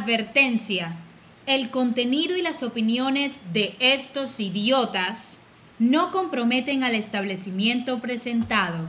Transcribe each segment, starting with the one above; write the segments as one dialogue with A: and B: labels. A: Advertencia. El contenido y las opiniones de estos idiotas no comprometen al establecimiento presentado.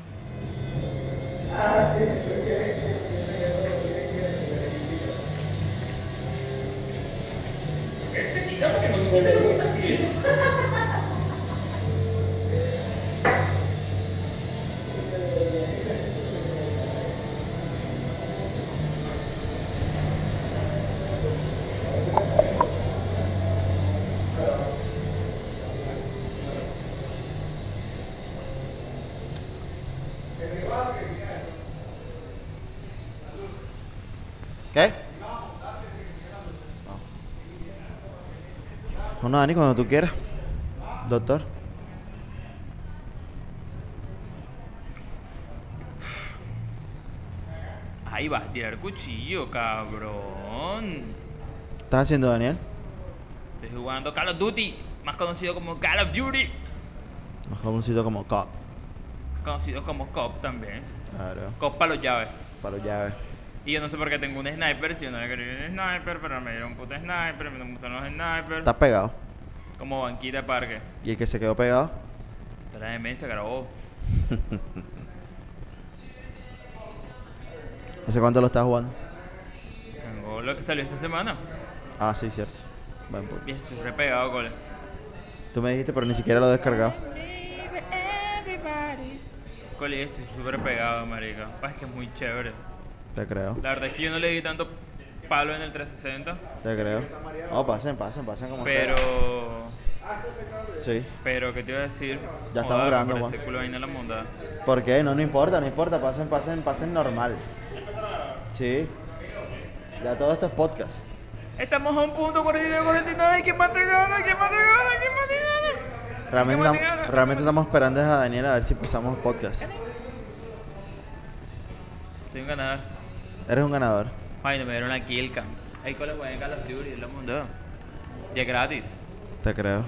B: ¿Qué? No, no, Dani, cuando tú quieras. Doctor.
C: Ahí vas a tirar cuchillo, cabrón.
B: ¿Qué estás haciendo, Daniel?
C: Estoy jugando Call of Duty, más conocido como Call of Duty,
B: Mejor un sitio como cop.
C: más conocido como COP también.
B: Claro.
C: COP para los llaves.
B: Para los llaves.
C: Y yo no sé por qué tengo un sniper, si yo no le quería un sniper, pero me dieron un puto sniper, me gustan los snipers.
B: Estás pegado.
C: Como banquita de parque.
B: ¿Y el que se quedó pegado?
C: La demencia grabó.
B: ¿Hace cuánto lo estás jugando?
C: Tengo lo que salió esta semana.
B: Ah, sí, cierto. Buen punto.
C: Y estoy re pegado, cole.
B: Tú me dijiste, pero ni siquiera lo he descargado.
C: Cole, yo estoy súper pegado, marica. Pa, es que es muy chévere.
B: Te creo.
C: La verdad es que yo no le di tanto palo en el 360,
B: Te creo. Oh, pasen, pasen, pasen como
C: pero...
B: sea. Sí.
C: Pero, ¿qué te iba a decir?
B: Ya estamos
C: Joda,
B: grabando,
C: por
B: Juan.
C: ese culo de vaina la monda.
B: ¿Por qué? No, no importa, no importa. Pasen, pasen, pasen normal. Sí. Ya todo esto es podcast.
C: Estamos a un punto 49, 49. ¿Quién más te gana? ¿Quién más te gana? ¿Quién más te gana?
B: Realmente,
C: ¿Quién más te
B: estamos-
C: gana?
B: realmente estamos esperando a Daniel a ver si empezamos podcast.
C: Soy un ganador.
B: Eres un ganador.
C: Ay, no me dieron la kill cam. Ahí con la buena Call of Duty de la monda. Y es gratis.
B: Te creo.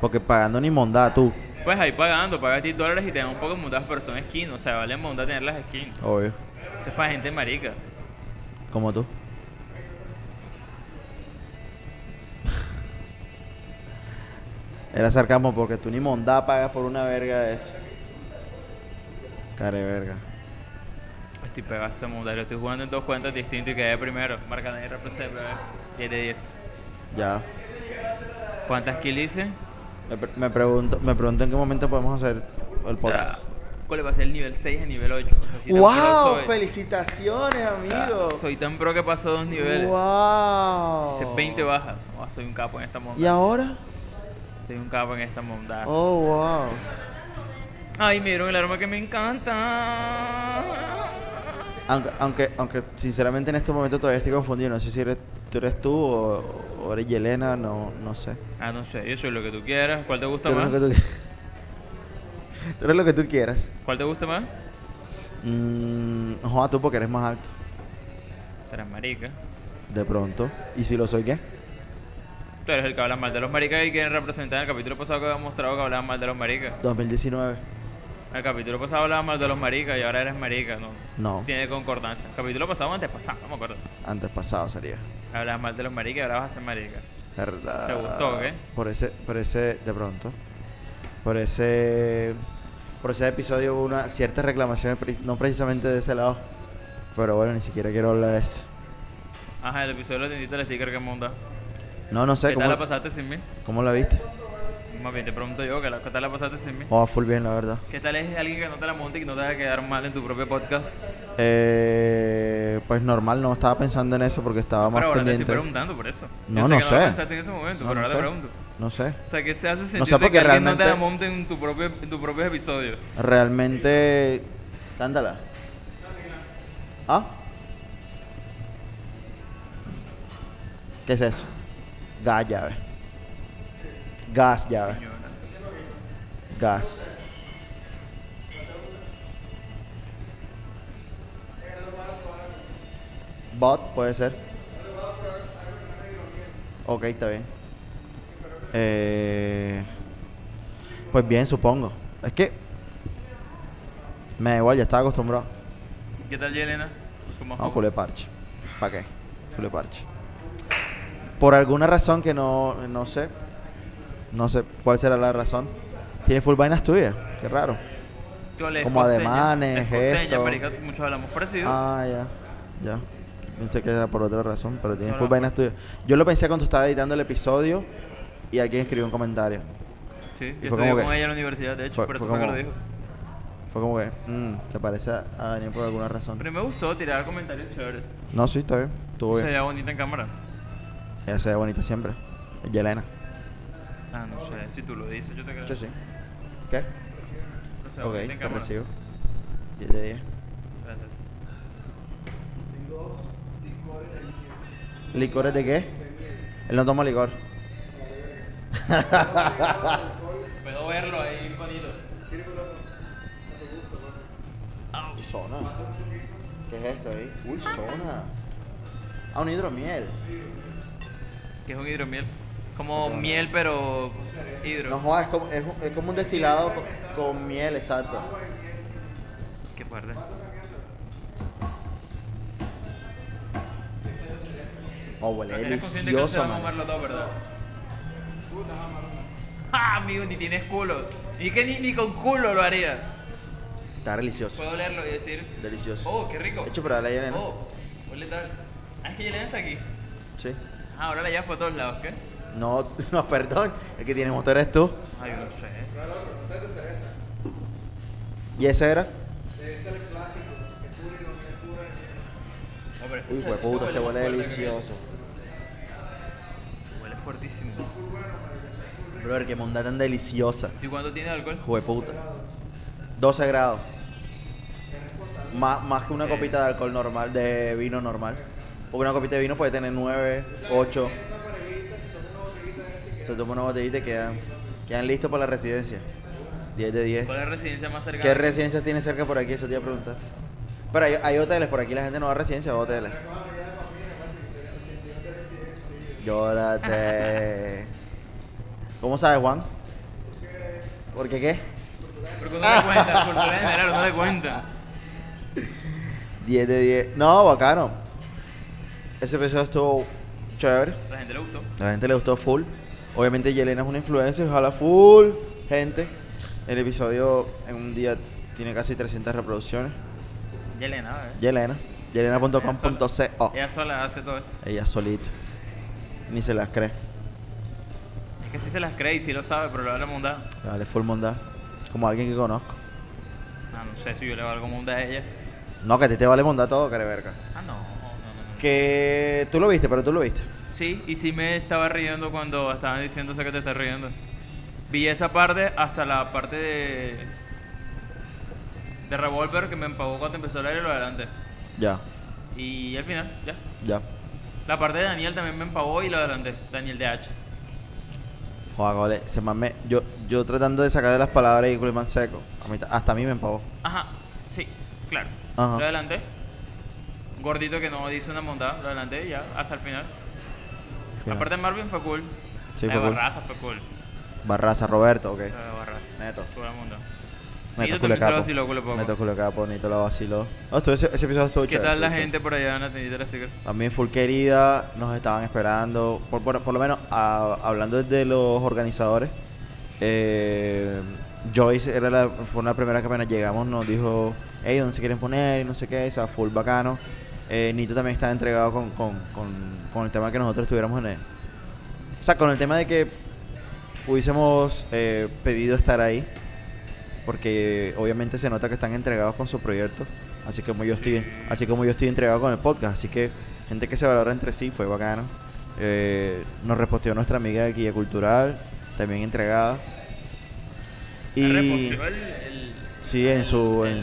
B: Porque pagando ni mondá tú.
C: Pues ahí pagando, pagas 10 dólares y te dan un poco de mondas pero son skins. O sea, vale monda tener las skins.
B: Obvio.
C: Eso es para gente marica.
B: Como tú. Era sarcasmo porque tú ni mondá pagas por una verga de eso. Care verga.
C: Estoy pegado a esta monda. Lo estoy jugando en dos cuentas distintas y quedé primero. Marca de RPC, bebé. 10 de 10.
B: Ya.
C: ¿Cuántas kills hice?
B: Me, pre- me pregunto, me pregunto en qué momento podemos hacer el podcast.
C: ¿Cuál va a ser el nivel 6 a nivel 8? O sea, si tan pro
D: ¡Wow!
C: soy.
D: ¡Felicitaciones, amigo!
C: Soy tan pro que pasó dos niveles.
D: ¡Wow!
C: Hice 20 bajas. Oh, soy un capo en esta
D: ¿Y
C: monda.
D: ahora?
C: Soy un capo en esta monda.
D: ¡Oh, wow!
C: Ay, me dieron el arma que me encanta.
B: Aunque, aunque, aunque sinceramente en este momento todavía estoy confundido. No sé si eres, tú eres tú o, o eres Yelena, no, no sé.
C: Ah, no sé, yo soy lo que tú quieras. ¿Cuál te
B: Tú
C: gusta
B: eres,
C: más?
B: lo que tú, qui- tú eres lo que tú quieras.
C: ¿Cuál te gusta más?
B: Mm, joda tú porque eres más alto.
C: Tú eres marica.
B: De pronto. ¿Y si lo soy qué?
C: Tú eres el que habla mal de los maricas y quieren representar en el capítulo pasado que había mostrado que hablaba mal de los maricas.
B: 2019.
C: En el capítulo pasado hablaba mal de los maricas y ahora eres marica, ¿no?
B: No,
C: Tiene concordancia. El capítulo pasado, antes pasado, no me acuerdo.
B: antes pasado sería.
C: Hablabas mal de los maricas y ahora vas a ser marica.
B: Verdad.
C: ¿Te gustó, qué?
B: Por ese, por ese, de pronto. Por ese, por ese episodio hubo una cierta reclamación, pre- no precisamente de ese lado. Pero bueno, ni siquiera quiero hablar de eso.
C: Ajá, el episodio lo tendiste el sticker que monta.
B: No, no sé
C: ¿Qué tal
B: cómo,
C: la pasaste sin mí?
B: cómo la viste.
C: Más bien te pregunto yo, ¿qué la- qué tal la pasaste sin mí?
B: Oh, full bien, la verdad.
C: ¿Qué tal es alguien que no te la monte y que no te va a quedar mal en tu propio podcast?
B: Eh, pues normal, no estaba pensando en eso porque estaba más
C: pero ahora te
B: pendiente.
C: estoy preguntando por eso.
B: No,
C: yo
B: no
C: sé. que
B: sé.
C: lo pensaste en ese momento, pero
B: no,
C: ahora
B: sé.
C: te pregunto.
B: no sé.
C: O sea, ¿qué se hace sentir
B: sé
C: de
B: porque
C: que alguien no te la
B: realmente-
C: monte en tu propio, en tu propio episodio?
B: Realmente. Cántala. ¿Ah? ¿Qué es eso? Gas llave. Gas llave. Gas. Bot puede ser. Ok, está bien. Eh, pues bien, supongo. Es que me da igual, ya estaba acostumbrado.
C: ¿Qué tal, Yelena? Pues, ¿Cómo
B: Vamos a
C: fue?
B: culo de parche. ¿Para qué? Full de parche. Por alguna razón que no, no sé, no sé cuál será la razón, tiene full vainas tuyas. Qué raro.
C: Tú le-
B: Como
C: costeña,
B: ademanes,
C: es costeña,
B: esto.
C: marica, muchos hablamos parecido.
B: Ah, ya. Ya. Pensé que era por otra razón, pero tiene
C: No,
B: full
C: no,
B: vainas tuyas. Yo lo pensé cuando estaba editando el episodio y alguien escribió un comentario.
C: sí,
B: y fue
C: yo estudié
B: como
C: con
B: que-
C: ella en la universidad, de hecho,
B: fue-
C: por eso
B: fue
C: fue que lo
B: como-
C: dijo.
B: Fue como que, mm, se parece a- a Daniel por alguna razón.
C: Pero me gustó tirar comentarios chéveres.
B: No, sí, está bien. Estuvo
C: Se
B: bien.
C: veía bonita en cámara.
B: Ella se ve bonita siempre. Yelena.
C: Ah, no sé, si tú lo dices, yo te creo.
B: Yo sí. ¿Qué?
C: Pero se ve
B: Ok,
C: bonita en
B: te
C: cámara.
B: recibo. 10 de 10.
C: Gracias.
B: ¿Licores de qué? Él no toma licor.
C: Puedo verlo ahí bonito.
B: Zona. ¿Qué es esto ahí? Uy, zona. Ah, un hidromiel.
C: Que es un hidromiel. Como miel, pero hidro.
B: No jodas, es como, es, un- es como un destilado con, con miel, exacto.
C: Qué fuerte.
B: Oh, huele
C: Eres consciente que no se
B: delicioso,
C: van a
B: man.
C: comer los dos, ¿verdad? ¡Ah, amigo, ni tienes culo! Y que ni, ni con culo lo haría.
B: Está delicioso.
C: Puedo olerlo y decir,
B: Delicioso.
C: oh, qué rico.
B: De hecho, pero la Yelena.
C: Oh, huele tal. Ah, es que Yelena está aquí.
B: Sí.
C: Ah, ahora la llevas por todos lados, ¿qué?
B: No, no, perdón. El que tiene motor eres tú.
C: Ay, yo no sé.
B: ¿Y ese era?
C: No, pero
B: Uy,
C: este-
B: fue puta, este huele
C: fuerte,
B: delicioso.
C: creo que Huele fuertísimo.
B: Brother, qué monda tan deliciosa.
C: ¿Y cuánto tiene alcohol?
B: Jueputa. 12 grados. Má- más que una copita de alcohol normal, de vino normal. Porque una copita de vino puede tener 9, 8. Se toma una botellita y quedan, quedan listos para la residencia. 10 de 10.
C: ¿Cuál es la residencia más cercana?
B: ¿Qué residencias tiene cerca por aquí? Eso te iba a preguntar. Pero hay, hay hoteles, por aquí la gente no va a residencias, va a hoteles. Llórate. ¿Cómo sabes, Juan? ¿Porque qué?
C: Porque uno le cuenta, por cultura general, uno le cuenta.
B: 10 de 10. No, bacano. Ese episodio estuvo chévere.
C: La gente le gustó.
B: A la gente le gustó full. Obviamente Yelena es una influencer, ojalá full gente. El episodio en un día tiene casi 300 reproducciones.
C: Yelena, ¿eh?
B: Yelena. Yelena.com.co.
C: Ella sola hace todo eso.
B: Ella solita. Ni se las cree.
C: Es que sí se las cree y sí lo sabe, pero le va a la mundada.
B: Dale, full mondá. Como alguien que conozco.
C: Ah, no sé si yo le valgo mundada a ella.
B: No, que a ti te vale mondá todo, care verga.
C: Ah, no, no, no, no.
B: Que tú lo viste, pero tú lo viste.
C: Sí, y sí me estaba riendo cuando estaban diciéndose que te estás riendo. Vi esa parte hasta la parte de. de Revolver que me empagó cuando empezó el aire lo adelante.
B: Ya,
C: Y al final, ya.
B: ya.
C: La parte de Daniel también me empagó y lo adelanté. Daniel de H.
B: Joder, cole, se mame. Yo, yo tratando de sacar de las palabras y culo man seco. A mí ta- hasta a mí me empavó.
C: Ajá, sí, claro.
B: Ajá.
C: Lo adelanté. Gordito que no dice una montada, lo adelanté y ya, hasta el final.
B: Final.
C: Aparte de Marvin fue cool.
B: Sí,
C: La
B: fue
C: de
B: cool.
C: Barraza fue cool.
B: Barraza, Roberto, ok.
C: La de Barraza.
B: Neto.
C: Todo el mundo.
B: Neto
C: Nito
B: culo de
C: también se lo
B: capo.
C: vaciló, culo de poco.
B: Neto culo de capo, Nito la vaciló. No, estuvo- ese, ese episodio estuvo
C: ¿Qué
B: chévere,
C: tal la
B: estuvo chévere.
C: gente por allá en la tiendita de la sticker?
B: También full querida, nos estaban esperando, por, por, por lo menos a- hablando desde los organizadores, eh, Joyce era la, fue una primera que apenas llegamos, nos dijo, hey, ¿dónde se quieren poner? Y no sé qué, o sea, full bacano. Eh, Nito también estaba entregado con, con, con, con el tema que nosotros estuviéramos en el... O sea, con el tema de que hubiésemos eh, pedido estar ahí, porque obviamente se nota que están entregados con su proyecto, así como yo estoy, así como yo estoy entregado con el podcast, así que gente que se valora entre sí fue bacano. Eh, nos reposteó nuestra amiga de Guía Cultural, también entregada. Y
C: Reposteó el, el,
B: sí, en su en,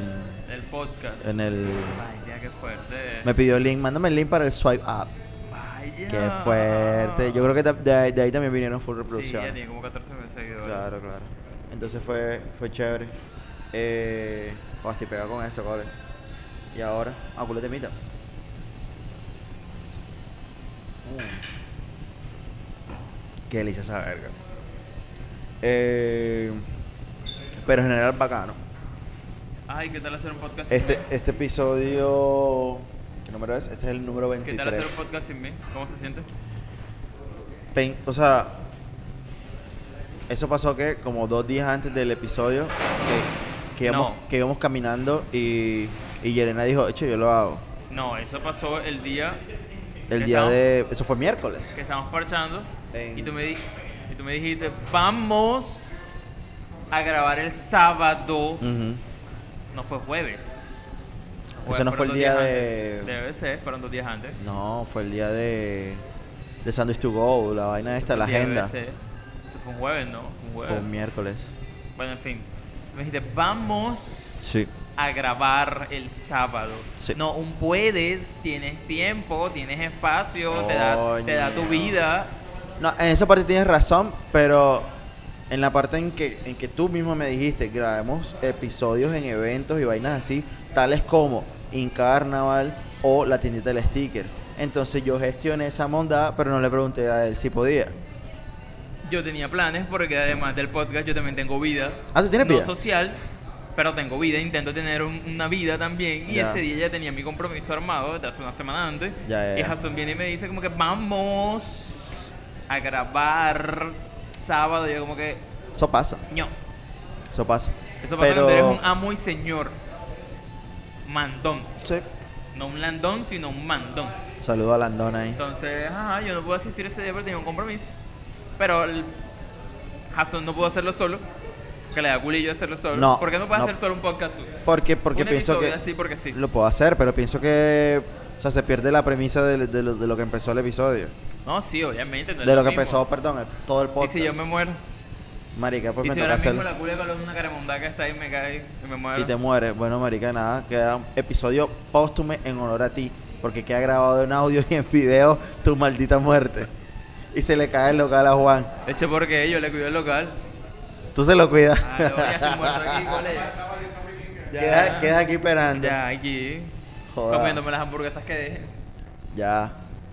C: el podcast.
B: en el
C: Vaya, qué fuerte.
B: me pidió el link, mándame el link para el swipe up.
C: Vaya.
B: Qué fuerte. Yo creo que ta- de, ahí- de ahí también vinieron full
C: Sí, ya
B: reproducciones.
C: tiene como 14 meses seguidores.
B: Claro, claro. Entonces fue, fue chévere. Eh, joder, estoy pegado con esto, cobre. Y ahora, ah, culo temita. Mm. Qué delicia esa verga. Eh, pero en general bacano.
C: Ay, ¿qué tal hacer un podcast?
B: Este, este episodio ¿Qué número es? Este es el número
C: ¿Qué tal hacer
B: 23.
C: un podcast sin mí? ¿Cómo se siente?
B: Pen- o sea, eso pasó que como dos días antes del episodio, que, que, íbamos,
C: No.
B: que íbamos caminando y, y Yelena dijo, hecho, yo lo hago.
C: No, eso pasó el día.
B: El
C: que
B: día
C: estábamos-
B: de... Eso fue miércoles.
C: Que estábamos parchando.
B: En-
C: Y, tú me di- y tú me dijiste, vamos a grabar el sábado.
B: Ujú.
C: No fue
B: Mm.
C: jueves.
B: Ese
C: Jueves
B: no fue el
C: fueron dos
B: día
C: días
B: de-
C: antes. Debe ser, fueron dos días antes.
B: No, fue el día de... De Sandwich to Go, la vaina esta, la
C: Debe
B: agenda.
C: ser. Eso fue un jueves, ¿no? Un jueves.
B: Fue un miércoles.
C: Bueno, en fin. Me dijiste, vamos
B: Sí.
C: a grabar el sábado.
B: Sí.
C: No, un puedes, tienes tiempo, tienes espacio, te, da, te da tu
B: Coño.
C: vida.
B: No, en esa parte tienes razón, pero en la parte en que, en que tú mismo me dijiste, grabemos episodios en eventos y vainas así, tales como Incarnaval o la tiendita del sticker. Entonces yo gestioné esa mondada, pero no le pregunté a él si podía.
C: Yo tenía planes porque además del podcast yo también tengo vida.
B: Ah, ¿tú tienes
C: no
B: vida?
C: social, pero tengo vida, intento tener un- una vida también. Y
B: Ya.
C: ese día ya tenía mi compromiso armado desde hace una semana antes.
B: Ya, ya,
C: Y
B: ya.
C: Jason viene y me dice como que vamos a grabar sábado. Y yo como que,
B: Eso pasa,
C: no.
B: eso pasa.
C: Eso pasa
B: pero...
C: cuando eres un amo y señor. Mandón.
B: Sí.
C: No un landón, sino un mandón.
B: Saludo a Landón ahí.
C: Entonces, ajá, yo no pude asistir ese día porque tenía un compromiso. Pero el Jason no pudo hacerlo solo. Que le da culillo hacerlo solo.
B: No,
C: ¿Por qué no puedes
B: no.
C: hacer solo un podcast tú?
B: Porque, porque
C: un
B: pienso
C: episodio
B: que...
C: así porque sí.
B: Lo puedo hacer, pero pienso que... O sea, se pierde la premisa de, de lo, de lo que empezó el episodio.
C: No, sí, obviamente. no es
B: De lo que
C: mismo.
B: empezó, perdón, el- todo el
C: Y
B: podcast.
C: si yo me muero.
B: Marica, pues
C: y
B: me
C: si
B: toca
C: ahora mismo
B: hacerlo.
C: la culé con una caremundá que está ahí me cae y me muero.
B: Y te mueres. Bueno, marica, nada, queda un episodio póstume en honor a ti, porque queda grabado en audio y en video tu maldita muerte. Y se le cae el local a Juan.
C: De hecho, porque yo le cuido el local.
B: Tú se lo cuidas.
C: Ah, yo ya estoy muerto aquí, colega. Ya.
B: Queda- Quedas aquí esperando. Ya.
C: Ya, aquí.
B: Joda.
C: Comiéndome las hamburguesas que dejen.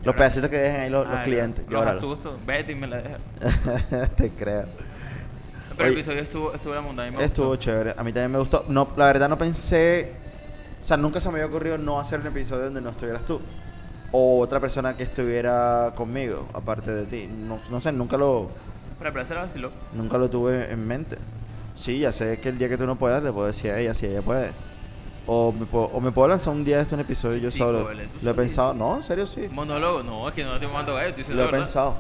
B: Los pedacitos que dejan ahí los, los
C: Ay,
B: clientes.
C: Los
B: Llóralo.
C: asusto. Vete y me la deja.
B: Te creo.
C: Pero el
B: Oye.
C: episodio estuvo, estuvo en la montaña. y me
B: Estuvo
C: gustó.
B: chévere. A mí también me gustó. No, la verdad no pensé. O sea, nunca se me había ocurrido no hacer un episodio donde no estuvieras tú. O otra persona que estuviera conmigo, aparte de ti. No, no sé, nunca lo.
C: Pero el placer vaciló.
B: Nunca lo tuve en mente. Sí, ya sé que el día que tú no puedas, le puedo decir a ella si ella puede. O me puedo, o me puedo lanzar un día de esto un episodio yo
C: Sí,
B: solo.
C: cógele, tú
B: lo he
C: solito.
B: pensado. No, en serio sí.
C: Monólogo, no, es que no estoy mamando gallo, estoy diciendo
B: Lo he
C: la verdad.
B: pensado.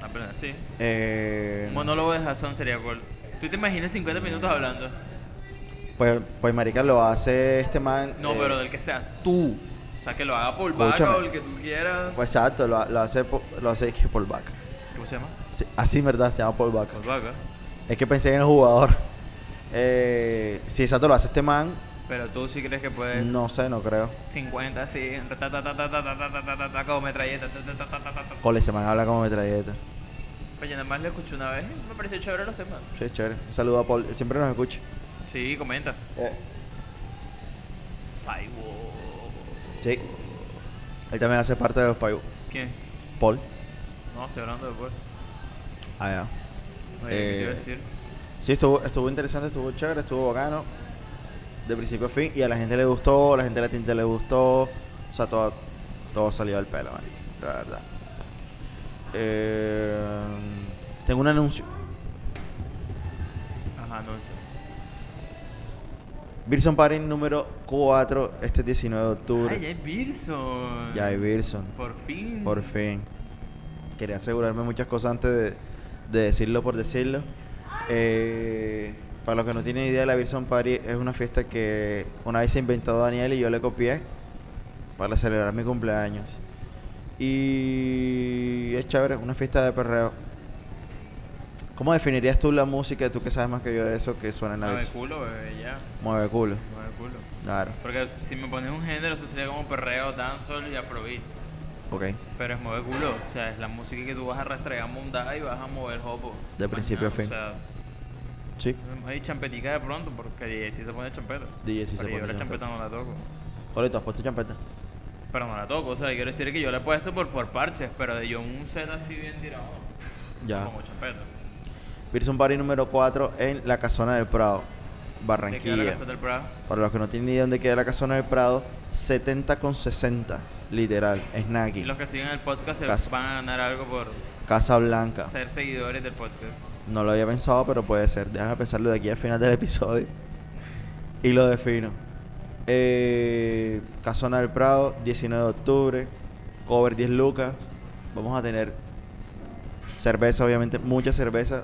C: Ah, pero sí.
B: Eh,
C: Un monólogo de Jason sería cool. ¿Tú te imaginas 50 minutos hablando?
B: pues, pues, marica, lo hace este man.
C: No,
B: eh,
C: pero del que sea tú. O sea, que lo haga por vaca
B: Escúchame.
C: o el que tú quieras.
B: Pues exacto, lo, lo hace, po- lo hace es que Paul Vaca.
C: ¿Cómo se llama?
B: Sí, así, en ¿verdad? Se llama Paul Vaca.
C: Por vaca.
B: Es que pensé en el jugador. Eh, si exacto lo hace este man,
C: Pero tú sí crees que puedes.
B: no sé, no creo.
C: 50, sí. ta, ta, ta, ta, ta, ta, ta, ta, ta, ta, Como metralleta. ta, ta, ta, ta, ta, ta, ta.
B: Cole, ese man habla como metralleta.
C: Pues yo nada más lo escuché una vez. y Me pareció chévere los temas.
B: Sí, chévere. Un saludo a Paul. Siempre nos escucha.
C: Sí, comenta.
B: Eh,
C: Ay, wow.
B: Sí. Él también hace parte de los Paiú.
C: ¿Quién?
B: Paul.
C: No, estoy hablando después.
B: Ah, ya.
C: Oye, ¿qué te iba a
B: Eh,
C: decir?
B: Sí, estuvo, estuvo interesante, estuvo chévere, estuvo bacano. De principio a fin. Y a la gente le gustó, a la gente de la tinta le gustó. O sea, todo, todo salió del pelo, marica, La verdad. Eh, tengo un anuncio.
C: Ajá, no sé.
B: Birson Party número 4, este 19 de octubre.
C: Ay, ya es Wilson.
B: Ya hay Birson.
C: Por fin.
B: Por fin. Quería asegurarme muchas cosas antes de, de decirlo por decirlo. Eh, para los que no tienen idea, la Birson Party es una fiesta que una vez se inventó Daniel y yo le copié para celebrar mi cumpleaños. Y es chévere, una fiesta de perreo. ¿Cómo definirías tú la música, tú que sabes más que yo de eso, que suena en la
C: Mueve
B: Birson?
C: culo, bebé, ya.
B: Mueve culo,
C: Mueve culo.
B: claro.
C: Porque si me pones un género, eso sería como perreo, dancehall y afrobeat.
B: Ok,
C: Pero es mover culo. O sea, es la música que tú vas a rastrear mundada y vas a mover hopo.
B: De
C: Más
B: principio a
C: nada,
B: fin.
C: O
B: sí.
C: sea, hay champetica de pronto, porque DJ sí se pone champeta.
B: DJ sí se
C: Pero yo
B: pone
C: la
B: champeta.
C: champeta no la toco.
B: Ole, tú has puesto pues champeta.
C: Pero no la toco, o sea, quiero decir que yo la he puesto por, por parches, pero de yo un set así bien tirado,
B: Ya.
C: como champeta.
B: Pearson Party número 4 en la Casona del Prado.
C: ¿De qué hora
B: Barranquilla.
C: del Prado?
B: Para los que no tienen ni idea dónde queda la casona del Prado, 70 con 60, literal,
C: Y
B: Snacky,
C: los que siguen el podcast se
B: Casa.
C: van a ganar algo por
B: Casa Blanca.
C: ser seguidores del podcast.
B: No lo había pensado, pero puede ser. Déjame pensarlo de aquí al final del episodio. Y lo defino. Eh, Casona del Prado, 19 de octubre. Cover 10 lucas. Vamos a tener cerveza, obviamente, mucha cerveza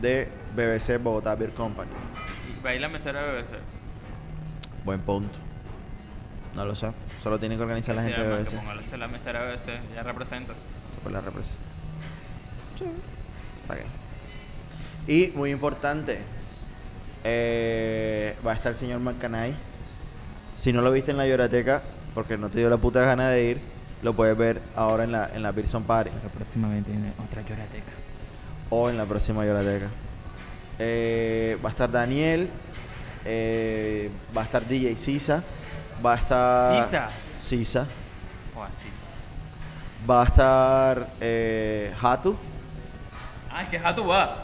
B: de BBC Bogotá Beer Company.
C: Y baila mesera de BBC.
B: Buen punto. No lo sé. Solo tienen que organizar la gente de BBC.
C: Póngale la mesera de BBC, ya representa.
B: Por la represa. ¿Para qué? Y muy importante, eh, va a estar el señor Marcanay. Si no lo viste en la llorateca, porque no te dio la puta gana de ir, lo puedes ver ahora en la, en la Pearson Party
E: Pero próximamente viene otra llorateca.
B: o en la próxima llorateca. Eh, va a estar Daniel, eh, va a estar DJ Sisa, va a estar.
C: Sisa.
B: Sisa.
C: O así.
B: Va a estar eh, Hatu,
C: Ay, Ah, que jato va.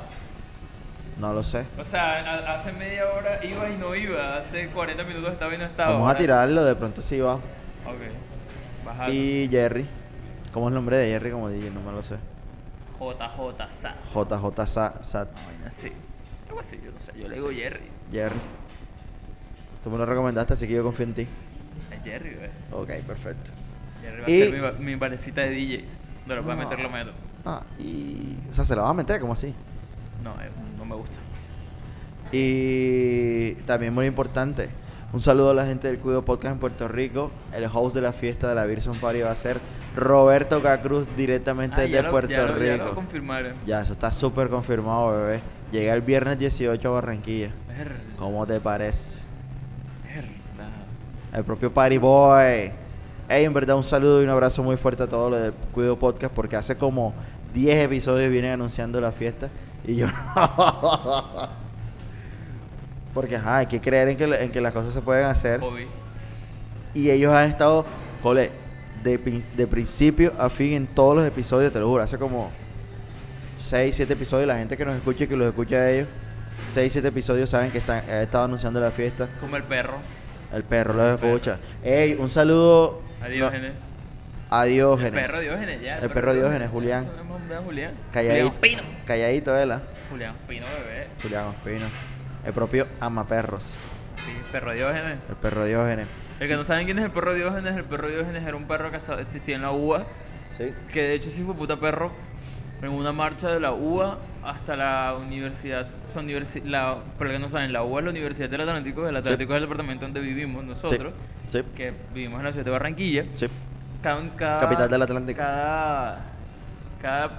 B: no lo sé.
C: O sea, a- hace media hora iba y no iba. Hace 40 minutos estaba y no estaba.
B: Vamos a
C: Ahora-
B: tirarlo, de pronto sí va.
C: Ok. Bajar.
B: Y Jerry. ¿Cómo es el nombre de Jerry? Como dije, no me lo sé.
C: JJ Sa.
B: JJ Sa- Sat.
C: Vaina así. Algo así, yo no sé. Yo le digo Jerry.
B: Jerry. Tú me lo recomendaste, así que yo confío en ti.
C: Es Jerry, güey.
B: Ok, perfecto.
C: Jerry va
B: Y-
C: a ser mi, ba- mi parecita de DJs. No lo puedes
B: No.
C: meter lo menos.
B: Ah, y. O sea, se la vas a meter, como así.
C: No, eh, no me gusta.
B: Y también muy importante, un saludo a la gente del Cuido Podcast en Puerto Rico. El host de la fiesta de la Virgen Party va a ser Roberto Cacruz directamente
C: Ah, ya
B: de
C: lo-
B: Puerto
C: ya lo- ya lo
B: Rico.
C: confirmaron.
B: Ya, eso está súper confirmado, bebé. Llega el viernes 18 a Barranquilla.
C: Ver-
B: ¿Cómo te parece?
C: verdad.
B: El propio Party Boy. Ey, en verdad, un saludo y un abrazo muy fuerte a todos los del Cuido Podcast porque hace como 10 episodios vienen anunciando la fiesta y yo Porque, ajá, hay que creer en que, en que las cosas se pueden hacer.
C: Hobby.
B: Y ellos han estado, cole, de, prin- de principio a fin en todos los episodios, te lo juro. Hace como 6, 7 episodios, la gente que nos escucha y que los escucha a ellos, 6, 7 episodios saben que están, han estado anunciando la fiesta.
C: Como el perro.
B: El perro los escucha. Ey, un saludo
C: Adiós,
B: no,
C: Gene.
B: a
C: El
B: Diógenes.
C: perro Diógenes, ya.
B: El perro Diógenes, Julián.
C: Eso no es hombre, Julián.
B: Calladito,
C: Julián Pino.
B: calladito, ¿verdad?
C: Julián Pino, bebé.
B: Julián Ospino. El propio ama perros.
C: Sí, perro Diógenes.
B: El perro Diógenes.
C: El que no saben quién es el perro Diógenes, el perro Diógenes era un perro que hasta existía en la UBA.
B: Sí.
C: Que de hecho sí fue puta perro. En una marcha de la UBA hasta la universidad. su universi- la, para los que no saben, la UBA es la Universidad del Atlántico. El Atlántico es el departamento donde vivimos nosotros.
B: Sí.
C: Que vivimos en la ciudad de Barranquilla.
B: Sí.
C: Cada, cada-
B: Capital del Atlántico.
C: Cada, cada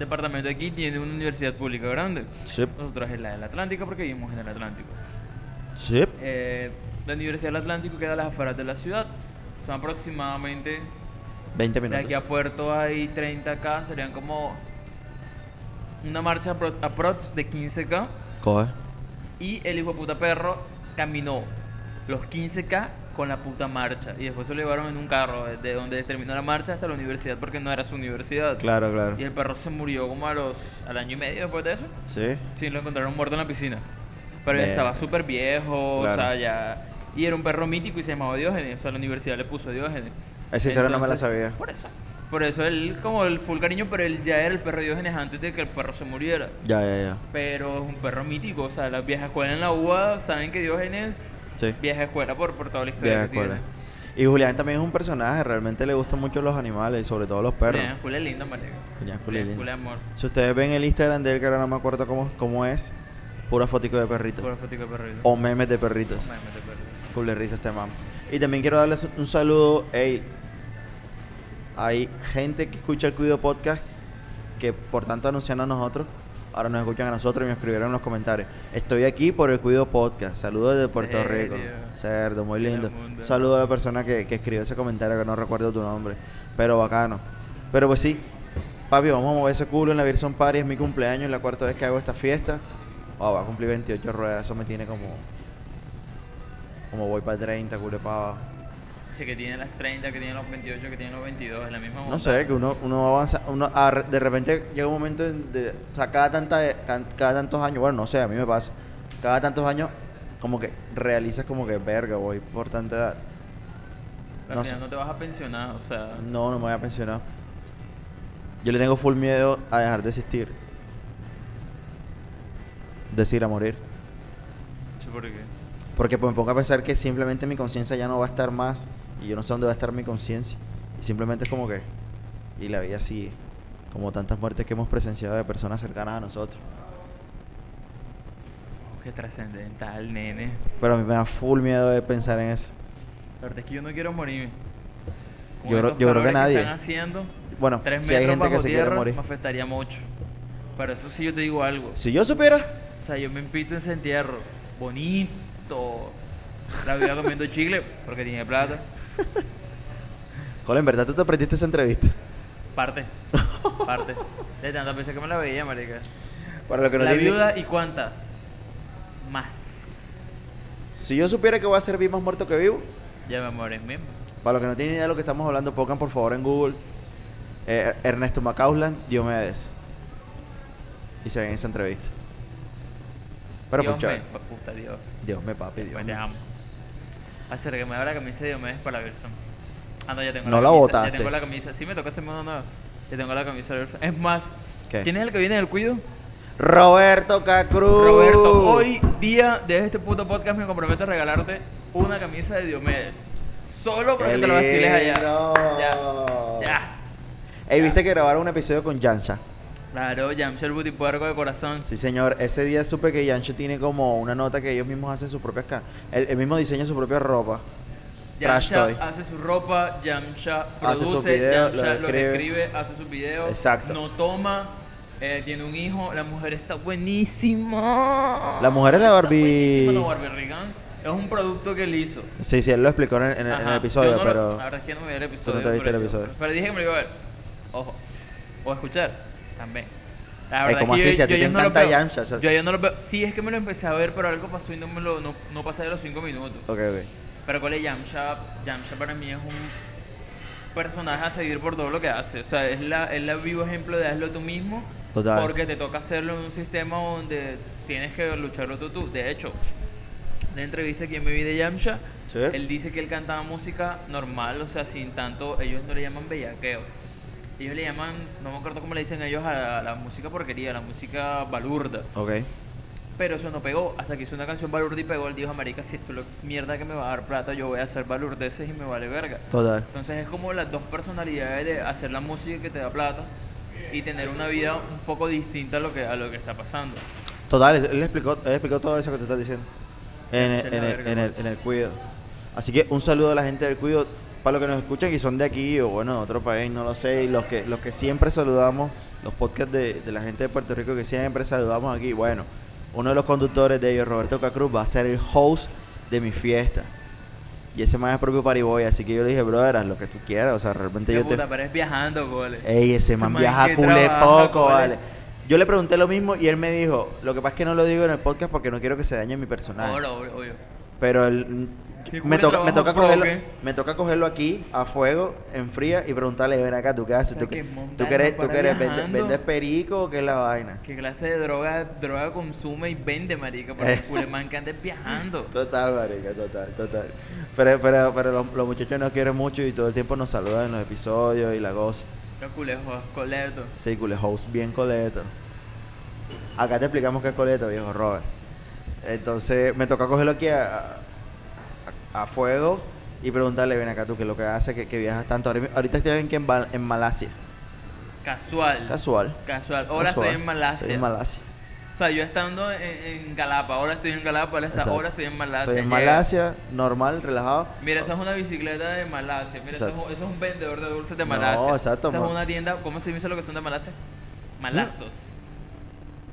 C: departamento aquí tiene una universidad pública grande.
B: Sí.
C: Nosotros es la del Atlántico porque vivimos en el Atlántico.
B: Sí.
C: Eh, la Universidad del Atlántico queda a las afueras de la ciudad. Son aproximadamente,
B: 20
C: de aquí a
B: minutos.
C: Puerto hay 30K, serían como una marcha apro- aprox de 15K.
B: Coge.
C: Y el hijo de puta perro caminó los 15K con la puta marcha. Y después se lo llevaron en un carro, desde donde terminó la marcha hasta la universidad, porque no era su universidad.
B: Claro, claro.
C: Y el perro se murió como a los, al año y medio después de eso.
B: Sí.
C: Sí, lo encontraron muerto en la piscina. Pero
B: Verga.
C: estaba súper viejo,
B: Claro.
C: o sea, ya. Y era un perro mítico y se llamaba Diógenes. O sea, la universidad le puso Diógenes.
B: Esa historia no me la sabía.
C: Por eso. Por eso él, como el full cariño, pero él ya era el perro Diógenes antes de que el perro se muriera.
B: Ya, ya, ya.
C: Pero es un perro mítico, o sea, las viejas escuelas en la UBA saben que Diógenes,
B: Sí.
C: vieja escuela por, por toda la historia.
B: Vieja
C: que tiene.
B: escuela. Y Julián también es un personaje, realmente le gustan mucho los animales, y sobre todo los perros.
C: Vieja escuela es linda, marica.
B: Vieja escuela es linda.
C: escuela de amor.
B: Si ustedes ven el Instagram de él, que ahora no me acuerdo cómo, cómo es, pura fotico de perritos.
C: Por el fotico de perrito.
B: O memes de perritos.
C: Mame, te perdí.
B: Cool de risa este man. Y también quiero darles un saludo. Ey, hay gente que escucha el Cuido Podcast que por tanto anuncian a nosotros. Ahora nos escuchan a nosotros y me escribieron en los comentarios. Estoy aquí por el Cuido Podcast. Saludos de Puerto
C: Serio.
B: Rico. Cerdo, muy
C: Del
B: lindo.
C: mundo.
B: Saludo a la persona que, que escribió ese comentario que no recuerdo tu nombre. Pero bacano. Pero pues sí, papi, vamos a mover ese culo en la Virson Party. Es mi cumpleaños, la cuarta vez que hago esta fiesta. Oh, va a cumplir 28 ruedas. Eso me tiene como como voy para 30, culo de pava.
C: Che, que tiene las 30, que tiene los 28, que tiene los 22, es la misma
B: No sé, que uno, uno avanza, uno ah, re- de repente llega un momento en de, o sea, cada, tanta, can- cada tantos años, bueno, no sé, a mí me pasa, cada tantos años como que realizas como que verga, voy por tanta edad.
C: Al
B: No
C: final
B: sé.
C: no te vas a pensionar, o sea.
B: No, no me voy a pensionar. Yo le tengo full miedo a dejar de existir. Decir a morir. Mm.
C: che, ¿Por qué?
B: Porque pues, me pongo a pensar que simplemente mi conciencia ya no va a estar más y yo no sé dónde va a estar mi conciencia. Y simplemente es como que... Y la vida sigue. Como tantas muertes que hemos presenciado de personas cercanas a nosotros.
C: Oh, qué trascendental, nene.
B: Pero a mí me da full miedo de pensar en eso.
C: La verdad es que yo no quiero morirme. Con
B: Yo creo-
C: estos
B: yo creo que
C: calores
B: nadie.
C: están haciendo,
B: Bueno,
C: tres
B: si hay
C: metros
B: gente que
C: bajo
B: se
C: tierra,
B: quiere morir.
C: me afectaría mucho. Pero eso sí yo te digo algo.
B: Si yo supiera...
C: O sea, yo me invito en ese entierro. Bonito. La vida comiendo chicle porque tiene plata.
B: Cola, en verdad tú te aprendiste esa entrevista.
C: Parte. Parte. De tantas veces que me la veía, marica.
B: Para lo que no
C: la
B: tiene-
C: viuda y cuántas. Más.
B: Si yo supiera que voy a ser vi- más muerto que vivo,
C: Ya me morí mismo.
B: para los que no tienen idea de lo que estamos hablando, pongan por favor en Google eh, Ernesto Macausland, Diomedes. Y se ven esa entrevista. Pero
C: Dios
B: pues
C: me,
B: chévere.
C: pa- puta Dios.
B: Dios me papi, Dios
C: Pues
B: me.
C: te amo. Acérqueme ahora que me dice Diomedes para Wilson. Ah, no, ya tengo
B: No la
C: camisa.
B: botaste.
C: Ya tengo la camisa. Sí, me toca hacerme una nueva. Ya tengo la camisa de Wilson. Es más,
B: ¿Qué?
C: ¿quién es el que viene del cuido?
B: Roberto Cacruz. Oh.
C: Roberto, hoy día de este puto podcast me comprometo a regalarte una camisa de Diomedes. Solo para
B: ¡Qué
C: que te la vaciles allá.
B: lindo!
C: Ya. Ya.
B: Ey, viste que grabaron un episodio con Yansha.
C: Claro, Yamcha el butipuerco de corazón.
B: Sí, señor. Ese día supe que Yansha tiene como una nota que ellos mismos hacen sus propias. ca- El, el mismo diseño de su propia ropa. Trash
C: Yamcha
B: Toy.
C: hace su ropa, Yamcha
B: Hace sus
C: produce,
B: videos,
C: Yamcha
B: lo
C: lo
B: escribe.
C: describe, hace sus videos,
B: Exacto.
C: no toma, eh, tiene un hijo, la mujer está buenísima.
B: La mujer es la
C: Está
B: Barbie-
C: buenísima la Barbie Regan. Es un producto que él hizo.
B: Sí, sí, él lo explicó en, en- en
C: Ajá,
B: el episodio,
C: yo no lo-
B: pero.
C: La verdad es que no me vi el
B: Tú
C: episodio.
B: no te viste
C: pero
B: el
C: yo-
B: episodio.
C: Pero dije que me lo iba a ver. Ojo. O a escuchar. También. La
B: Ay,
C: verdad
B: ¿cómo
C: es que
B: Eh, así? Si a ti te
C: ayer no lo
B: encanta
C: veo.
B: Yamcha, o sea-
C: Yo ayer no lo veo. Sí, es que me lo empecé a ver, pero algo pasó y no, me lo, no, no pasé de los 5 minutos.
B: Ok, ok.
C: Pero cuál es Yamcha, Yamcha para mí es un personaje a seguir por todo lo que hace. O sea, es la, es la vivo ejemplo de hazlo tú mismo.
B: Total.
C: Porque te toca hacerlo en un sistema donde tienes que lucharlo tú tú. De hecho, en la entrevista que yo me vi de Yamcha,
B: Sí.
C: él dice que él cantaba música normal, o sea, sin tanto, ellos no le llaman bellaqueo. Ellos le llaman, no me acuerdo cómo le dicen ellos a la, a la música porquería, a la música balurda.
B: Ok.
C: Pero eso no pegó. Hasta que hizo una canción balurde y pegó. Él dijo, marica, si esto es lo mierda que me va a dar plata, yo voy a hacer balurdeces y me vale verga.
B: Total.
C: Entonces es como las dos personalidades de hacer la música que te da plata y tener una vida un poco distinta a lo que, a lo que está pasando.
B: Total, él explicó, él explicó todo eso que tú estás diciendo. En el, en, el, en, el, en el cuido. Así que un saludo a la gente del cuido. Para los que nos escuchan y son de aquí o bueno, de otro país, no lo sé. Y los que, los que siempre saludamos, los podcasts de, de la gente de Puerto Rico que siempre saludamos aquí. Bueno, uno de los conductores de ellos, Roberto Cacruz, va a ser el host de mi fiesta. Y ese man es propio Pariboy, así que yo le dije, brother, haz lo que tú quieras. O sea, realmente
C: Qué
B: yo te.
C: puta, pero es viajando, goles.
B: Ey, ese man
C: man
B: viaja
C: que
B: culé
C: trabaja,
B: poco,
C: cole.
B: vale. Yo le pregunté lo mismo y él me dijo, lo que pasa es que no lo digo en el podcast porque no quiero que se dañe mi personaje.
C: Obvio, obvio, obvio.
B: Pero él,
C: ¿Qué
B: me,
C: culé
B: toca- me,
C: trabajo
B: toca
C: pro,
B: cogerlo,
C: qué?
B: me toca cogerlo aquí, a fuego, en fría, y preguntarle, ven acá, ¿tú qué haces?
C: sea,
B: ¿Tú,
C: que
B: qué-
C: monta
B: tú
C: no
B: quieres, tú
C: para
B: quieres vende-
C: viajando.
B: vendes perico o qué es la vaina?
C: ¿Qué clase de droga, droga consume y vende, marica? Porque
B: Eh.
C: el culemán que andes viajando.
B: Total, marica, total, total. Pero, pero, pero los, los muchachos nos quieren mucho y todo el tiempo nos saludan en los episodios y la goza.
C: Los culejos, coleto.
B: Sí, cool, host bien coleto. Acá te explicamos qué es coleto, viejo Robert. Entonces me toca cogerlo aquí a, a- a fuego y preguntarle, ven acá tú, qué es lo que hace, que, que viajas tanto. Ahora- Ahorita estoy en, que en, Bal- en Malasia.
C: Casual.
B: Casual.
C: Casual. Ahora
B: Casual.
C: estoy en Malasia.
B: Estoy en Malasia.
C: O sea, yo estando en, en Galapa, ahora estoy en Galapa, ahora, está-
B: Exacto.
C: ahora estoy en Malasia.
B: Estoy en
C: llega.
B: Malasia, normal, relajado.
C: Mira, esa es una bicicleta de Malasia. Mira, eso es,
B: Exacto.
C: un- eso es un vendedor de dulces de
B: No,
C: Malasia.
B: exacto, ¿Eh?
C: Esa
B: man.
C: es una tienda, ¿cómo se dice lo que son de Malasia? Malazos.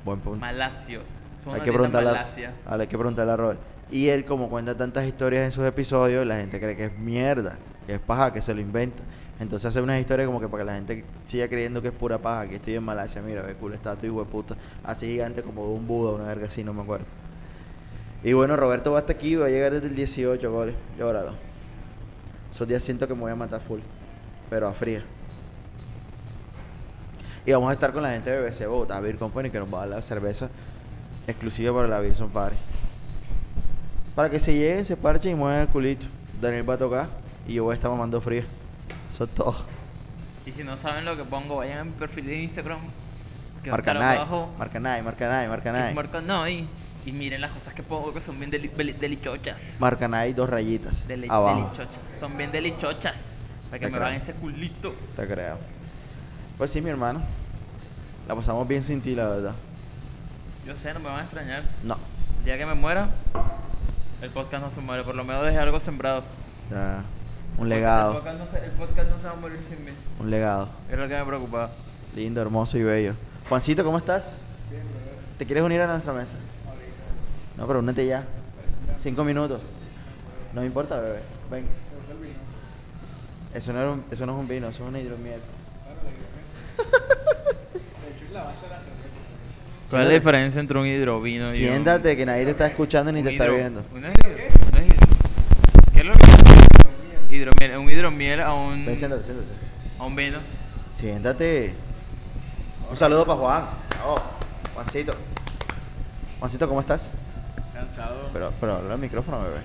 B: Buen punto.
C: Malasios. Son
B: Hay
C: una
B: que,
C: tienda
B: preguntarle a,
C: Malasia.
B: ah, hay que preguntarle a Robert. Y él, como cuenta tantas historias en sus episodios, la gente cree que es mierda, que es paja, que se lo inventa. Entonces hace unas historias como que para que la gente siga creyendo que es pura paja, que estoy en Malasia, mira, ve culo estatua y hueputa, así gigante como de un Buda, una verga así, no me acuerdo. Y bueno, Roberto va hasta aquí, va a llegar desde el 18, goles, llóralo. Esos días siento que me voy a matar full, pero a fría. Y vamos a estar con la gente de BBC Bogotá Beer Company que nos va a dar la cerveza exclusiva para la Wilson Party. Para que se lleguen, se parchen y muevan el culito. Daniel va a tocar y yo voy a estar mamando fría. Eso es todo.
C: Y si no saben lo que pongo, vayan a mi perfil de Instagram. Que va a
B: Marca
C: estar
B: Nike,
C: abajo.
B: marca Nike, marca Nike, marca
C: Es
B: Nike.
C: Marca Nike. Y miren las cosas que pongo que son bien deli- beli- delichochas.
B: Marca Nike, dos rayitas.
C: Deli-
B: abajo.
C: Delichochas. Son bien delichochas. Para que
B: Te
C: me
B: creo.
C: vean ese culito.
B: Te creo. Pues sí, mi hermano. La pasamos bien sin ti, la verdad.
C: Yo sé, no me van a extrañar.
B: No.
C: El día que me muera, el podcast no se muere. Por lo menos dejé algo sembrado.
B: Ya. Un
C: El
B: legado.
C: podcast no se, el podcast no se va a morir sin mí.
B: Un legado.
C: Era lo que me preocupaba.
B: Lindo, hermoso y bello. Juancito, ¿cómo estás? ¿Te quieres unir a nuestra mesa? No, pero únete ya. Cinco minutos. No me importa, bebé. Ven. Eso no, era un- eso no es un vino, eso es una hidromiel.
C: ¿Cuál es la diferencia entre un hidrovino y un-
B: Siéntate, que nadie te está escuchando ni
C: un
B: te está
C: hidro-
B: viendo.
C: un hidro- un hidro- ¿Qué es lo que hidromiel? Un hidromiel a un,
B: Ven, siéntate, siéntate.
C: a un vino.
B: Siéntate. Un saludo para Juan. Bravo. Juancito. Juancito, ¿cómo estás?
F: Cansado.
B: Pero, pero habla al micrófono, bebé.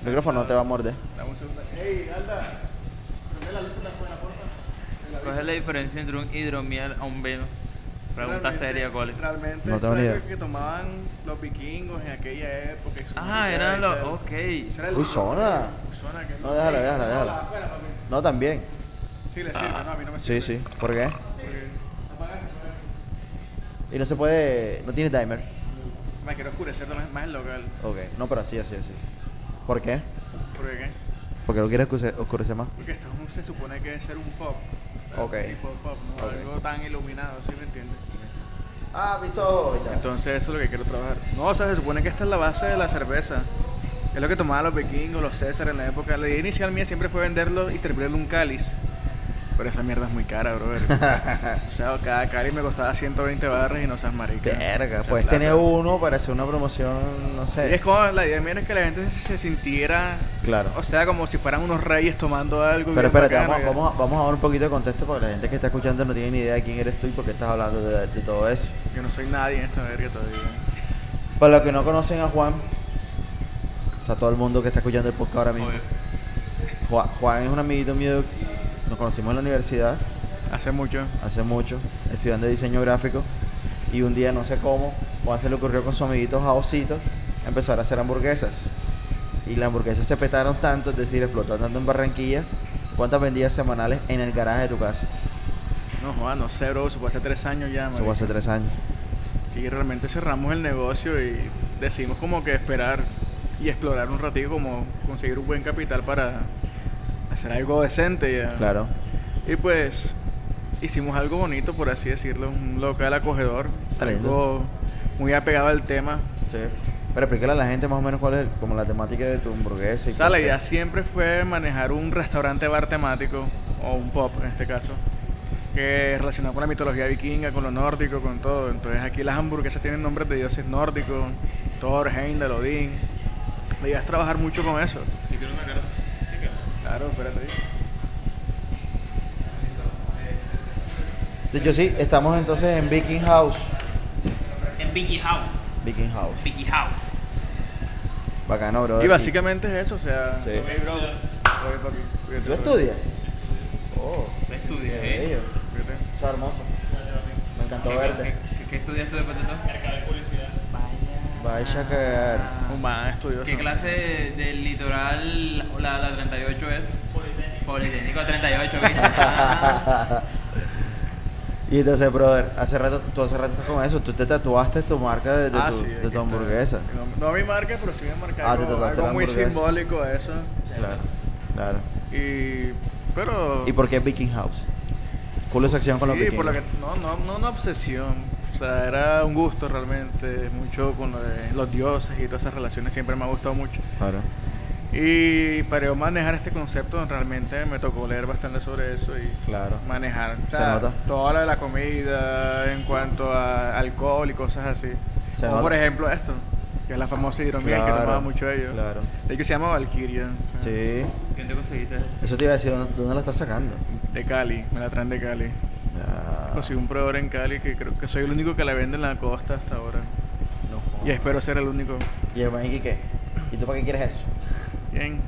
B: El micrófono no te va a morder.
F: Dame un segundo. Ey, Alda. Prende la luz en la buena puerta.
C: ¿Cuál es la diferencia entre un hidromiel a un vino? Pregunta seria, ¿cuál es?
F: Realmente
B: No
F: es
B: tengo ni
F: algo
B: idea.
F: que tomaban los vikingos en aquella época. y su
C: Ah,
F: música
C: eran
F: y
C: los...
F: tal.
C: Ok.
F: Ese era el-
B: Uy, zona.
F: Usona, que-
B: No, déjala, déjala, déjala.
F: No, afuera, papi.
B: No, también.
F: Sí, le sirve,
C: Ah.
F: no, a mí no me
B: Sí,
F: sirve.
B: sí. ¿Por qué?
F: Porque-
B: Y no se puede. No tiene timer.
F: Me quiero oscurecer más más el local.
B: Ok. No, pero así, así, así. ¿Por qué?
F: ¿Por qué?
B: Porque no quieres oscure- oscurecer más.
F: Porque esto es un- se supone que es ser un pop. ¿sabes?
B: Ok.
F: Tipo pop, no
B: Ok.
F: algo tan iluminado, ¿sí me entiendes?
B: Ah, piso.
F: Entonces eso es lo que quiero trabajar. No, o sea, se supone que esta es la base de la cerveza. Es lo que tomaban los vikingos, los César en la época. La idea inicial mía siempre fue venderlo y servirle un cáliz. Pero esa mierda es muy cara, brother. o sea, cada cáliz me costaba 120 barras y no seas marica.
B: Verga.
F: Esa
B: Puedes
F: plata.
B: tener uno para hacer una promoción, no
F: Y es
B: sé.
F: como, la idea mía es que la gente se sintiera...
B: Claro.
F: O sea, como si fueran unos reyes tomando algo.
B: Pero
F: bien
B: espérate,
F: bacano,
B: vamos,
F: que-
B: vamos, a- vamos a dar un poquito de contexto porque la gente que está escuchando no tiene ni idea de quién eres tú y por qué estás hablando de, de todo eso.
F: Yo no soy nadie en esta verga todavía.
B: Para los que no conocen a Juan, o sea, todo el mundo que está escuchando el podcast ahora mismo.
C: Obvio.
B: Juan, Juan es un amiguito mío, nos conocimos en la universidad
F: Hace mucho.
B: hace mucho, estudiando diseño gráfico, y un día, no sé cómo, Juan se le ocurrió con su amiguito Jaosito empezar a hacer hamburguesas. Y las hamburguesas se petaron tanto, es decir, explotó tanto en Barranquilla. ¿Cuántas vendías semanales en el garaje de tu casa?
F: No, Juan, no sé, bro. Eso fue hace tres años ya,
B: Eso fue hace
F: Ah, marica.
B: tres años.
F: Sí, realmente cerramos el negocio y decidimos como que esperar y explorar un ratito, como conseguir un buen capital para hacer algo decente ya.
B: Claro.
F: Y pues hicimos algo bonito, por así decirlo, un local acogedor,
B: Está lindo.
F: algo muy apegado al tema.
B: Sí. Pero explícale a la gente más o menos cuál es como la temática de tu hamburguesa. Y
F: O sea,
B: por
F: la
B: qué.
F: idea siempre fue manejar un restaurante bar temático, o un pop en este caso, que es relacionado con la mitología vikinga, con lo nórdico, con todo. Entonces aquí las hamburguesas tienen nombres de dioses nórdicos, Thor, Heimdall, Odín. La idea es trabajar mucho con eso. Claro, espérate.
B: De hecho, sí, estamos entonces en Viking House.
C: En Vicky House.
B: Viking House.
C: Vicky House.
B: Bacano, bro.
F: Y básicamente es eso, o sea...
B: Sí.
F: Oye, bro. Oye, papi, cuídate,
B: ¿Tú
F: bro.
B: estudias? Oh,
C: Estudia,
B: qué
C: ¿eh?
B: bello.
F: Cuídate.
B: Está hermoso. Me encantó
C: ¿Qué,
B: verte.
C: qué- qué estudias tú después de todo?
B: Vaya a cagar.
F: Un man estudioso.
C: ¿Qué clase de- del litoral la, la 38 es? Politécnico. 38, ¿viste? Ah.
B: Y entonces, brother, hace rato, tú hace rato estás con eso. Tú te tatuaste tu marca de, de
F: Ah,
B: tu,
F: sí,
B: de
F: aquí
B: tu
F: está.
B: hamburguesa.
F: No, no mi marca, pero sí me marca
B: Ah, te
F: algo,
B: tatuaste
F: algo
B: la
F: muy
B: hamburguesa.
F: simbólico de eso.
B: Claro, claro.
F: Y... Pero...
B: ¿Y por qué Viking House? Culo de sección con los
F: Sí,
B: vikingos.
F: por lo que, no, no, no una obsesión. O sea, era un gusto realmente, mucho con lo de los dioses y todas esas relaciones, siempre me ha gustado mucho.
B: Claro.
F: Y para yo manejar este concepto, realmente me tocó leer bastante sobre eso y
B: Claro.
F: manejar o
B: Se
F: sea,
B: nota.
F: todo lo de la comida en cuanto a alcohol y cosas así.
B: Se
F: Como
B: nota.
F: por ejemplo esto, que es la famosa hidromiel que
B: Claro,
F: tomaba mucho ellos. Ah.
B: claro.
F: De que se llama Valkyria. o sea,
B: Sí.
C: ¿Quién te conseguiste?
B: Eso te iba a decir, ¿dónde, dónde la estás sacando?
F: De Cali, me la traen de Cali.
B: Ah,
F: Conseguí un proveedor en Cali que creo que soy el único que la vende en la costa hasta ahora.
B: no jodas.
F: Y espero ser el único.
B: Y el man, ¿y qué? ¿Y tú para qué quieres eso?
F: ¿Quién?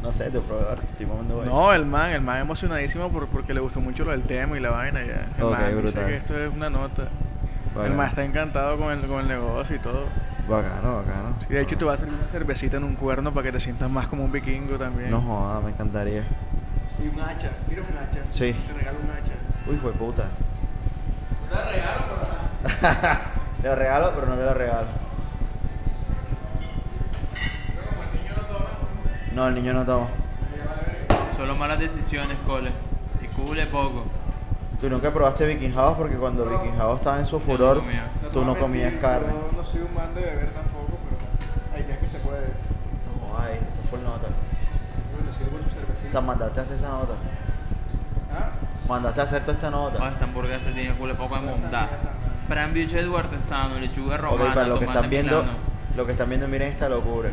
B: No sé, tu proveedor. Estoy mamando ahí.
F: No, el man, el man emocionadísimo por, porque le gustó mucho lo del tema y la vaina. Ya. El
B: Ok,
F: man dice
B: brutal.
F: que esto es una nota. El
B: Bacano.
F: man está encantado con el, con el negocio y todo.
B: Bacano, bacano.
F: Sí, de hecho, te va a servir una cervecita en un cuerno para que te sientas más como un vikingo también.
B: No joda, me encantaría.
F: Y un hacha. ¿Quieres un hacha?
B: Sí.
F: Te regalo un hacha.
B: Uy, fue puta. Te lo regalo, pero no te lo regalo. No, el niño no toma.
C: Solo malas decisiones, cole. Y cule poco.
B: Tú nunca probaste Viking House porque cuando Viking House estaba en su furor,
C: comía.
B: tú no comías carne.
F: no soy un man de beber tampoco, pero hay días que se puede.
B: No, ay, esto fue nota.
F: Te sirvo tu cervecita.
B: O sea, mandaste a hacer esa nota.
F: ¿Ah?
B: Mandaste a hacer toda esta
C: Ah,
B: nota.
C: esta hamburguesa tiene cule poco de bondad. Fran Buchet artesano, lechuga
B: Ok,
C: romana,
B: para lo que
C: tomate
B: están viendo,
C: milano.
B: lo que están viendo, miren esta locura.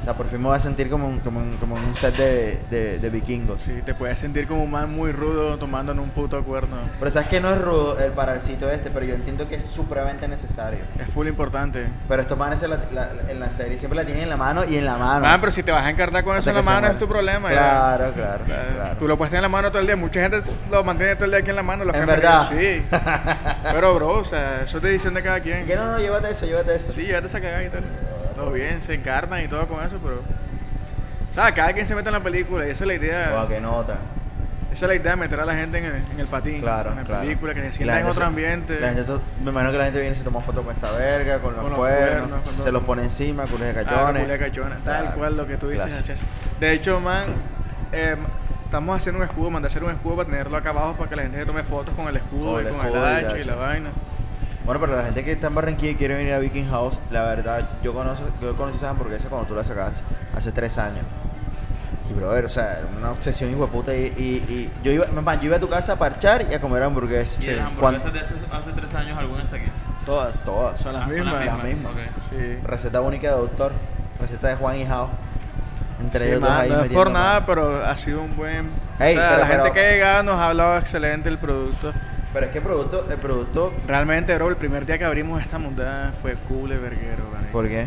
B: O sea, por fin me voy a sentir como un, como un, como un set de, de, de vikingos.
F: Sí, te puedes sentir como un man muy rudo tomando en un puto cuerno.
B: Pero sabes que no es rudo el paralcito este, pero yo entiendo que es supremamente necesario.
F: Es full importante.
B: Pero estos manes en la, la- en la serie siempre la tienen en la mano y en la mano.
F: Man, Ah, pero si te vas a encartar con eso
B: Ah, Hasta
F: en la
B: que se
F: mano es
B: muera.
F: tu problema. ya.
B: Claro, claro,
F: Claro.
B: claro.
F: Tú lo puedes tener en la mano todo el día. Mucha gente lo mantiene todo el día aquí en la mano. Los
B: ¿En
F: cambios
B: verdad?
F: que- Sí. Pero, bro, o sea, eso es decisión de cada quien.
B: Que no, no, llévate eso, llévate eso.
F: Sí, llévate esa cagada y tal. Todo bien, se encarnan y todo con eso, pero... O sea, cada quien se mete en la película y esa es la idea.
B: Guau, qué nota.
F: Esa es la idea de meter a la gente en el, en el patín.
B: Claro,
F: En la
B: claro.
F: película, que se
B: La
F: sienta en
B: gente
F: otro
B: se-
F: ambiente.
B: la gente se- me imagino que la gente viene y se toma fotos con esta verga, con los,
F: Con los
B: cuernos,
F: cuernos, con
B: se
F: todo.
B: los pone encima, culos de
F: Ah,
B: cachones.
F: Julia Cachones, tal
B: Claro,
F: cual lo que tú dices.
B: clase.
F: Hachas. De hecho, man, eh, estamos haciendo un escudo, mandé a hacer un escudo para tenerlo acá abajo para que la gente se tome fotos con el escudo
B: Con
F: y
B: el
F: con
B: escudo y
F: el hacha y
B: hacha.
F: la vaina.
B: Bueno, pero la gente que está en Barranquilla y quiere venir a Viking House, la verdad, yo, conozco, yo conocí esa hamburguesa cuando tú la sacaste, hace tres años. Y, brother, o sea, era una obsesión hijueputa. Y, y, y yo, iba, mamá, yo iba a tu casa a parchar y a comer hamburguesas.
C: Y de las hamburguesas
B: Cuan-
C: de hace, hace tres años alguna está aquí.
B: Todas, todas.
F: Son las
C: Ah, son
F: mismas.
B: Las mismas.
C: ok.
F: Sí.
B: Receta única de doctor, receta de Juan y Jao. Entre
F: Sí,
B: ellos
F: man,
B: dos ahí
F: no es por
B: metiendo
F: nada,
B: mano.
F: pero ha sido un buen.
B: Ey,
F: o sea,
B: pero-
F: la gente
B: pero-
F: que ha llegado nos ha hablado excelente el producto.
B: Pero es que el producto, el producto...
F: Realmente, bro, el primer día que abrimos esta montada fue cool, el verguero, marica.
B: ¿Por qué?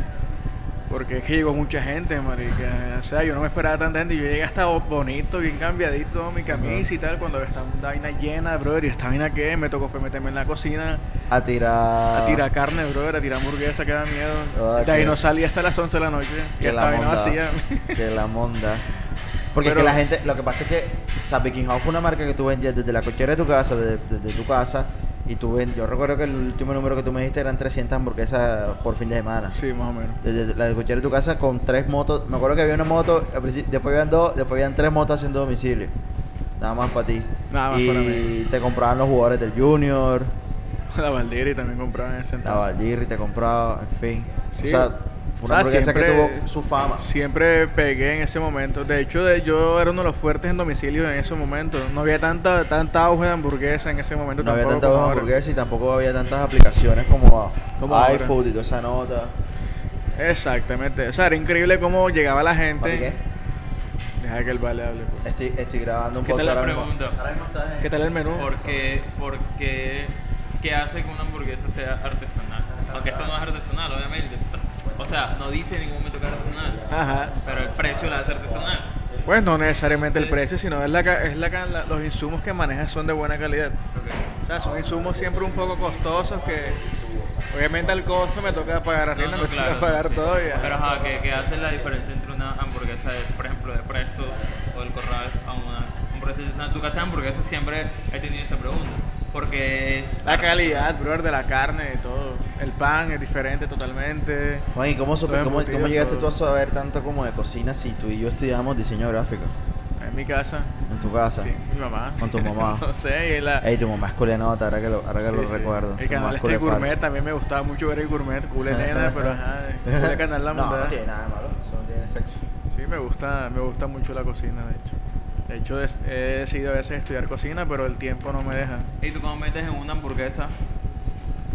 F: Porque es que llegó mucha gente, marica. O sea, yo no me esperaba tanta gente. Yo llegué hasta bonito, bien cambiadito, mi camisa y tal. Cuando estaba una vaina llena, brother. Y esta vaina que me tocó fue meterme en la cocina
B: A tirar...
F: a tirar carne, brother, a tirar hamburguesa, que da miedo.
B: Ah,
F: de ahí
B: qué-
F: no salí hasta las 11 de la noche. Y
B: Que
F: esta
B: la
F: vaina
B: monda.
F: vacía.
B: Que la monda. Porque es
F: Pero-
B: que la gente, lo que pasa es que, o sea, Viking House fue una marca que tú vendías desde la cochera de tu casa, desde, desde tu casa, y tú ven, yo recuerdo que el último número que tú me diste eran 300 hamburguesas por fin de semana.
F: sí, más o menos.
B: Desde la cochera de tu casa con tres motos, me acuerdo que había una moto, al principio- después habían dos, después habían tres motos haciendo domicilio. Nada más para ti.
F: Nada más
B: y
F: para mí.
B: te compraban los jugadores del Junior,
F: La Valdera y también compraban en
B: la
F: ese entonces.
B: Valdirri te compraba, en fin.
F: Sí.
B: O sea, fue una
F: O sea,
B: hamburguesa
F: siempre-
B: que tuvo su fama.
F: Siempre pegué en ese momento. De hecho, de- yo era uno de los fuertes en domicilio en ese momento. No había tanta, tanta auge de hamburguesa en ese momento
B: No había
F: tampoco.
B: tantas
F: como ahora.
B: hamburguesas y tampoco había tantas aplicaciones como,
F: Como ahora.
B: iFood y toda esa nota.
F: Exactamente. O sea, era increíble cómo llegaba la
B: Papi, ¿qué?
F: gente. Deja que el vale hable. pues.
B: Estoy, estoy grabando un
C: ¿Qué
B: podcast
C: tal la
B: ahora mismo.
C: pregunta?
B: Ahora mismo estás en-
F: ¿Qué tal el menú?
C: ¿Por qué, por qué- qué hace que una hamburguesa sea artesanal? Aunque esto no es artesanal, obviamente. O sea, no dice en ningún momento que es artesanal,
F: Ajá.
C: pero el precio la hace artesanal.
F: Pues no necesariamente el
C: Sí.
F: precio, sino es la, ca- es la, ca- la- los insumos que manejas son de buena calidad. O sea, son insumos siempre un poco costosos que obviamente al costo me toca pagar
C: No,
F: arriendo,
C: no,
F: me
C: claro,
F: toca pagar
C: sí.
F: todo. y ya.
C: Pero ajá, ¿qué, qué hace la diferencia entre una hamburguesa, de, por ejemplo, de Presto o del Corral a una hamburguesa artesanal? Tu casa de hamburguesas siempre he tenido esa pregunta. Porque es
F: La calidad, brother, de la carne, de todo. El pan es diferente totalmente.
B: Juan, ¿y cómo, supe-
F: Todo
B: cómo-
F: embutido,
B: cómo llegaste tú
F: todo.
B: a saber tanto como de cocina si tú y yo estudiábamos diseño gráfico
F: En mi casa,
B: en tu casa?
F: sí, mi mamá.
B: Con tu mamá.
F: no sé, y la...
B: Ey, tu mamá es culenota, ahora que lo, ahora que
F: sí,
B: lo
F: sí.
B: recuerdo.
F: El
B: Tu mamá
F: canal
B: es
F: este
B: culeparche.
F: Gourmet también me gustaba mucho ver el Gourmet, culé nena, pero ajá, culé canal la
B: No,
F: montada.
B: no tiene nada de malo, eso no tiene sexo.
F: Sí, me gusta, me gusta mucho la cocina, de hecho. De hecho, des- he decidido a veces estudiar cocina, pero el tiempo no me deja.
C: ¿Y tú cómo metes en una hamburguesa?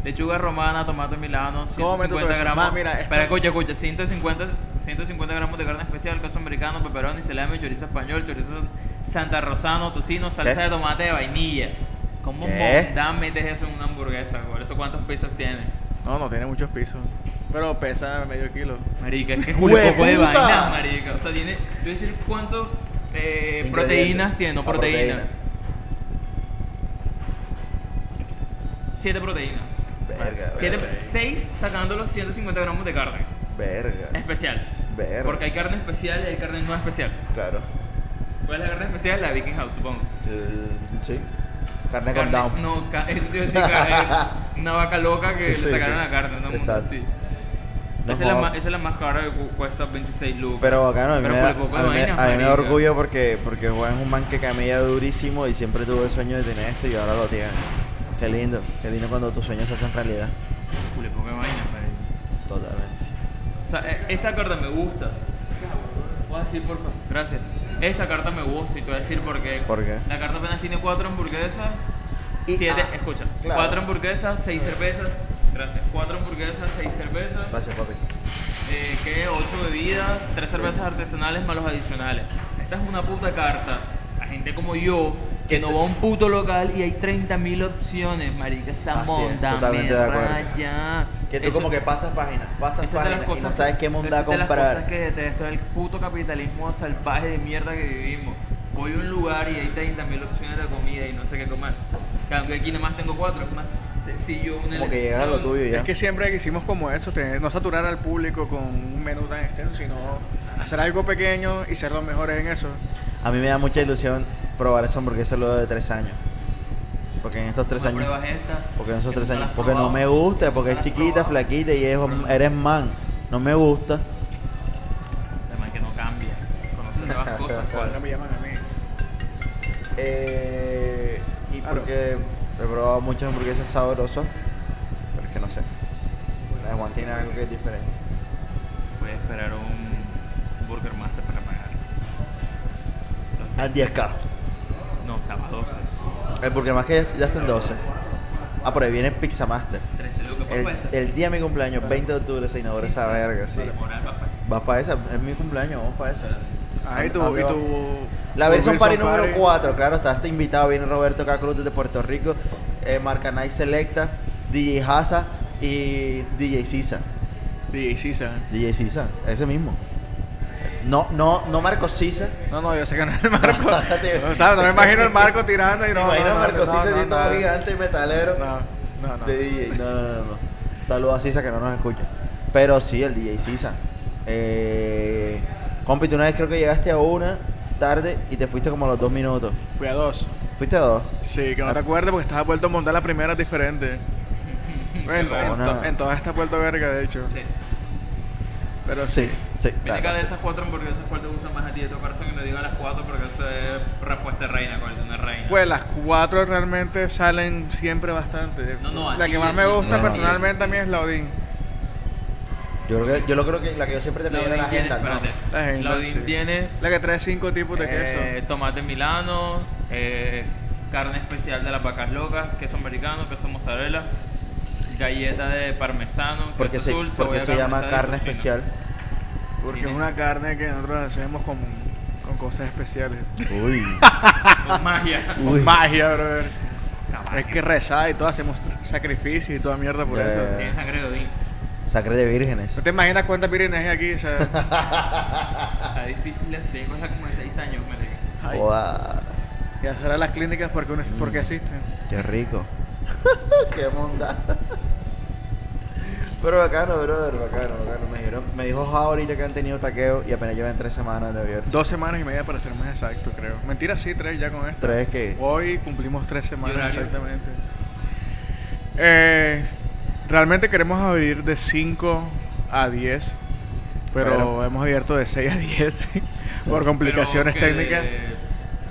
C: Lechuga romana, tomate milano,
F: ¿Cómo meto todo
C: 150
F: eso?
C: gramos.
F: Ma, mira, esto-
C: Espera, escucha, escucha. 150, 150 gramos de carne especial, queso americano, pepperoni, salami, chorizo español, chorizo santa rosano, tocino, salsa
B: ¿Qué?
C: de tomate de vainilla. ¿Cómo
B: ¿Qué?
C: mondá metes eso en una hamburguesa? güey? ¿Eso cuántos pisos tiene?
F: No, no tiene muchos pisos. Pero pesa medio kilo.
C: Marica, es que es un
D: ¡Hueputa!
C: poco de vaina, marica. O sea, tiene. Te voy a decir cuánto eh,
B: Ingredientes.
C: proteínas tiene, no
B: Ah,
C: proteínas.
B: proteína.
C: Siete proteínas.
B: Verga,
C: Siete,
B: verga.
C: seis sacando los 150 gramos de carne.
B: Verga.
C: Especial.
B: Verga.
C: Porque hay carne especial y hay carne no especial.
B: Claro.
C: ¿Cuál es la carne especial? La de Viking House, supongo.
B: Eh, sí. Carne, con
C: Carne-
B: down.
C: No, ca- eso te iba a decir, ca- es una vaca loca que
B: Sí,
C: le sacaron
B: sí.
C: la carne. ¿no?
B: Exacto.
C: Sí.
B: No
C: esa, es la
B: joda.
C: más, esa es la más cara que cu- cuesta 26 lucas.
B: Pero bacano, a mí,
C: Pero
B: me, da,
C: por el poco
B: a mí me-
C: de vainas,
B: a mí me da
C: marica.
B: orgullo porque, porque Juan es un man que camilla durísimo y siempre tuvo el sueño de tener esto y ahora lo tiene. Qué lindo, qué lindo cuando tus sueños se hacen realidad.
C: Por el poco de vainas, marica.
B: Totalmente.
C: O sea, eh, esta carta me gusta. Voy a decir, por favor. Gracias. Esta carta me gusta y te voy a decir porque.
B: ¿Por qué?
C: La carta apenas tiene cuatro hamburguesas.
B: Y-
C: siete,
B: ah,
C: escucha.
B: claro.
C: Cuatro hamburguesas, seis cervezas. Gracias. Cuatro hamburguesas, seis cervezas.
B: Gracias, papi.
C: Eh, ¿Qué? Ocho bebidas, tres cervezas artesanales más los adicionales. Esta es una puta carta. A gente como yo.
B: Que
C: Que no
B: se-
C: va a un puto local y hay 30.000 opciones, marica. Esa
B: Así es,
C: monda,
B: totalmente
C: me
B: de acuerdo.
C: raya.
B: Que tú
C: Eso-
B: como que pasas páginas, pasas
C: esa es de las
B: páginas y no
C: cosas-
B: sabes qué monda
C: esa es de Las cosas
B: comprar.
C: que detesto el puto capitalismo salvaje de mierda que vivimos. Voy a un lugar y hay 30.000 opciones de comida y no sé qué comer. Cambio aquí nada más tengo cuatro, es más sencillo una
B: Como que
C: elección.
B: llegas a lo tuyo y ya.
F: Es que siempre quisimos como eso, tener- no saturar al público con un menú tan extenso, sino hacer algo pequeño y ser los mejores en eso.
B: A mí me da mucha ilusión probar esa hamburguesa luego de tres años. Porque en estos tres
C: Una
B: años.
C: pruebas esta,
B: Porque en esos
C: que
B: tres
C: nunca la
B: años.
C: has
B: Porque no
C: probado,
B: me gusta, porque
C: nunca
B: es
C: la has
B: chiquita,
C: probado.
B: flaquita y es, eres man. No me gusta.
C: Además que no cambia. Conocer nuevas cosas. ¿cuál?
F: No me llaman a mí.
B: Eh, y
F: Claro.
B: porque he probado muchas hamburguesas sabrosas, pero es que no sé. La de Juan tiene algo que es diferente.
C: Voy a esperar un Burger Master para pagar.
B: Al 10K.
C: No, estaba 12.
B: El Burger más que ya está en 12. Ah, por ahí viene Pizza Master.
C: 13 lucas
B: El,
C: papá, esa.
B: el día de mi cumpleaños, 20 de octubre, se inaugura esa verga, sí.
C: Vale, moral, papá.
B: Vas para esa, es mi cumpleaños, vamos para esa.
F: Ah, y
B: ¿A
F: tu,
B: dónde
F: y
B: va?
F: tu-
B: La
F: tu
B: versión
F: Wilson
B: party número
F: Party.
B: 4, claro, está, está invitado, viene Roberto Cacruz desde Puerto Rico, eh, Marca Night Selecta, DJ Haza y DJ Sisa.
F: DJ Sisa.
B: DJ Sisa, ese mismo. No, no, no Marco Sisa.
F: No, no, yo sé que no es el Marco.
B: Te-
F: o sea, no me imagino el Marco tirando y
B: Me
F: no.
B: imagino
F: no,
B: a
F: no,
B: Marco
F: no,
B: Sisa
F: no,
B: siendo
F: no,
B: un gigante metalero
F: No, no, no.
B: de DJ. No, no, no, no. Saludos a Sisa que no nos escucha. Pero sí, el DJ Sisa. Eh, compi, tú una vez creo que llegaste a una tarde y te fuiste como a los dos minutos.
F: Fui a dos.
B: Fuiste a dos.
F: Sí, que no te acuerdes porque estaba vuelto a montar la primera diferente. Bueno, en,
B: Cabrona.
F: to- en todas estas puerto verga, de hecho.
C: Sí.
F: Pero sí.
B: Sí, sí.
C: Ven acá
B: claro,
C: de
B: sí.
C: esas cuatro hamburguesas, ¿cuál te gusta más a ti de tu corazón? Y me digan las cuatro porque eso es respuesta de reina, cuál es una reina.
F: Pues las cuatro realmente salen siempre bastante.
C: No, no, a
F: la
C: ti,
F: que
C: a
F: más me
C: ti.
F: gusta
B: No.
F: personalmente a mí es la Odín.
B: Yo creo que, yo lo creo que la que yo siempre te
C: La
B: pedí era
C: Odin
B: la
C: tiene,
B: agenda, ¿no?
C: espérate,
F: La agenda,
C: la Odin
F: sí.
C: tiene
F: La que trae cinco tipos de
C: eh, tomate milano, eh, carne especial de las vacas locas, queso americano, queso mozzarella, galleta de parmesano,
B: Porque
C: queso
B: se,
C: azul,
B: porque
C: cebolla
B: se llama
C: parmesana y
B: carne
C: tocino.
B: especial.
F: queso. Porque es
C: tiene-
F: una carne que nosotros hacemos con, con cosas especiales.
B: Uy.
C: Con magia.
B: Uy.
F: Magia, brother.
C: Caballo.
F: Es que rezar y todo, hacemos sacrificios y toda mierda por
B: Ya,
F: eso.
B: ya,
C: Tiene sangre de Odín.
B: Sacre de vírgenes.
F: ¿No te imaginas cuántas pirines hay aquí? O sea,
C: Está difícil, la tengo ya como de 6 años, me diga.
F: ay,
B: Joda,
F: y hacer a las clínicas porque, uno-
B: Mm.
F: porque existen.
B: Qué rico. Qué monda. Pero bacano, brother, bacano, bacano. Me, dijeron, me dijo Ja ahorita que han tenido taqueo y apenas llevan tres semanas de abierto.
F: Dos semanas y media para ser más exacto, creo. Mentira, sí, tres ya con esto.
B: Tres que.
F: Hoy cumplimos tres semanas
C: horario?
F: exactamente. Eh, realmente queremos abrir de 5 a 10, pero
B: Bueno.
F: hemos abierto de 6 a 10 por complicaciones
C: Pero que
F: técnicas.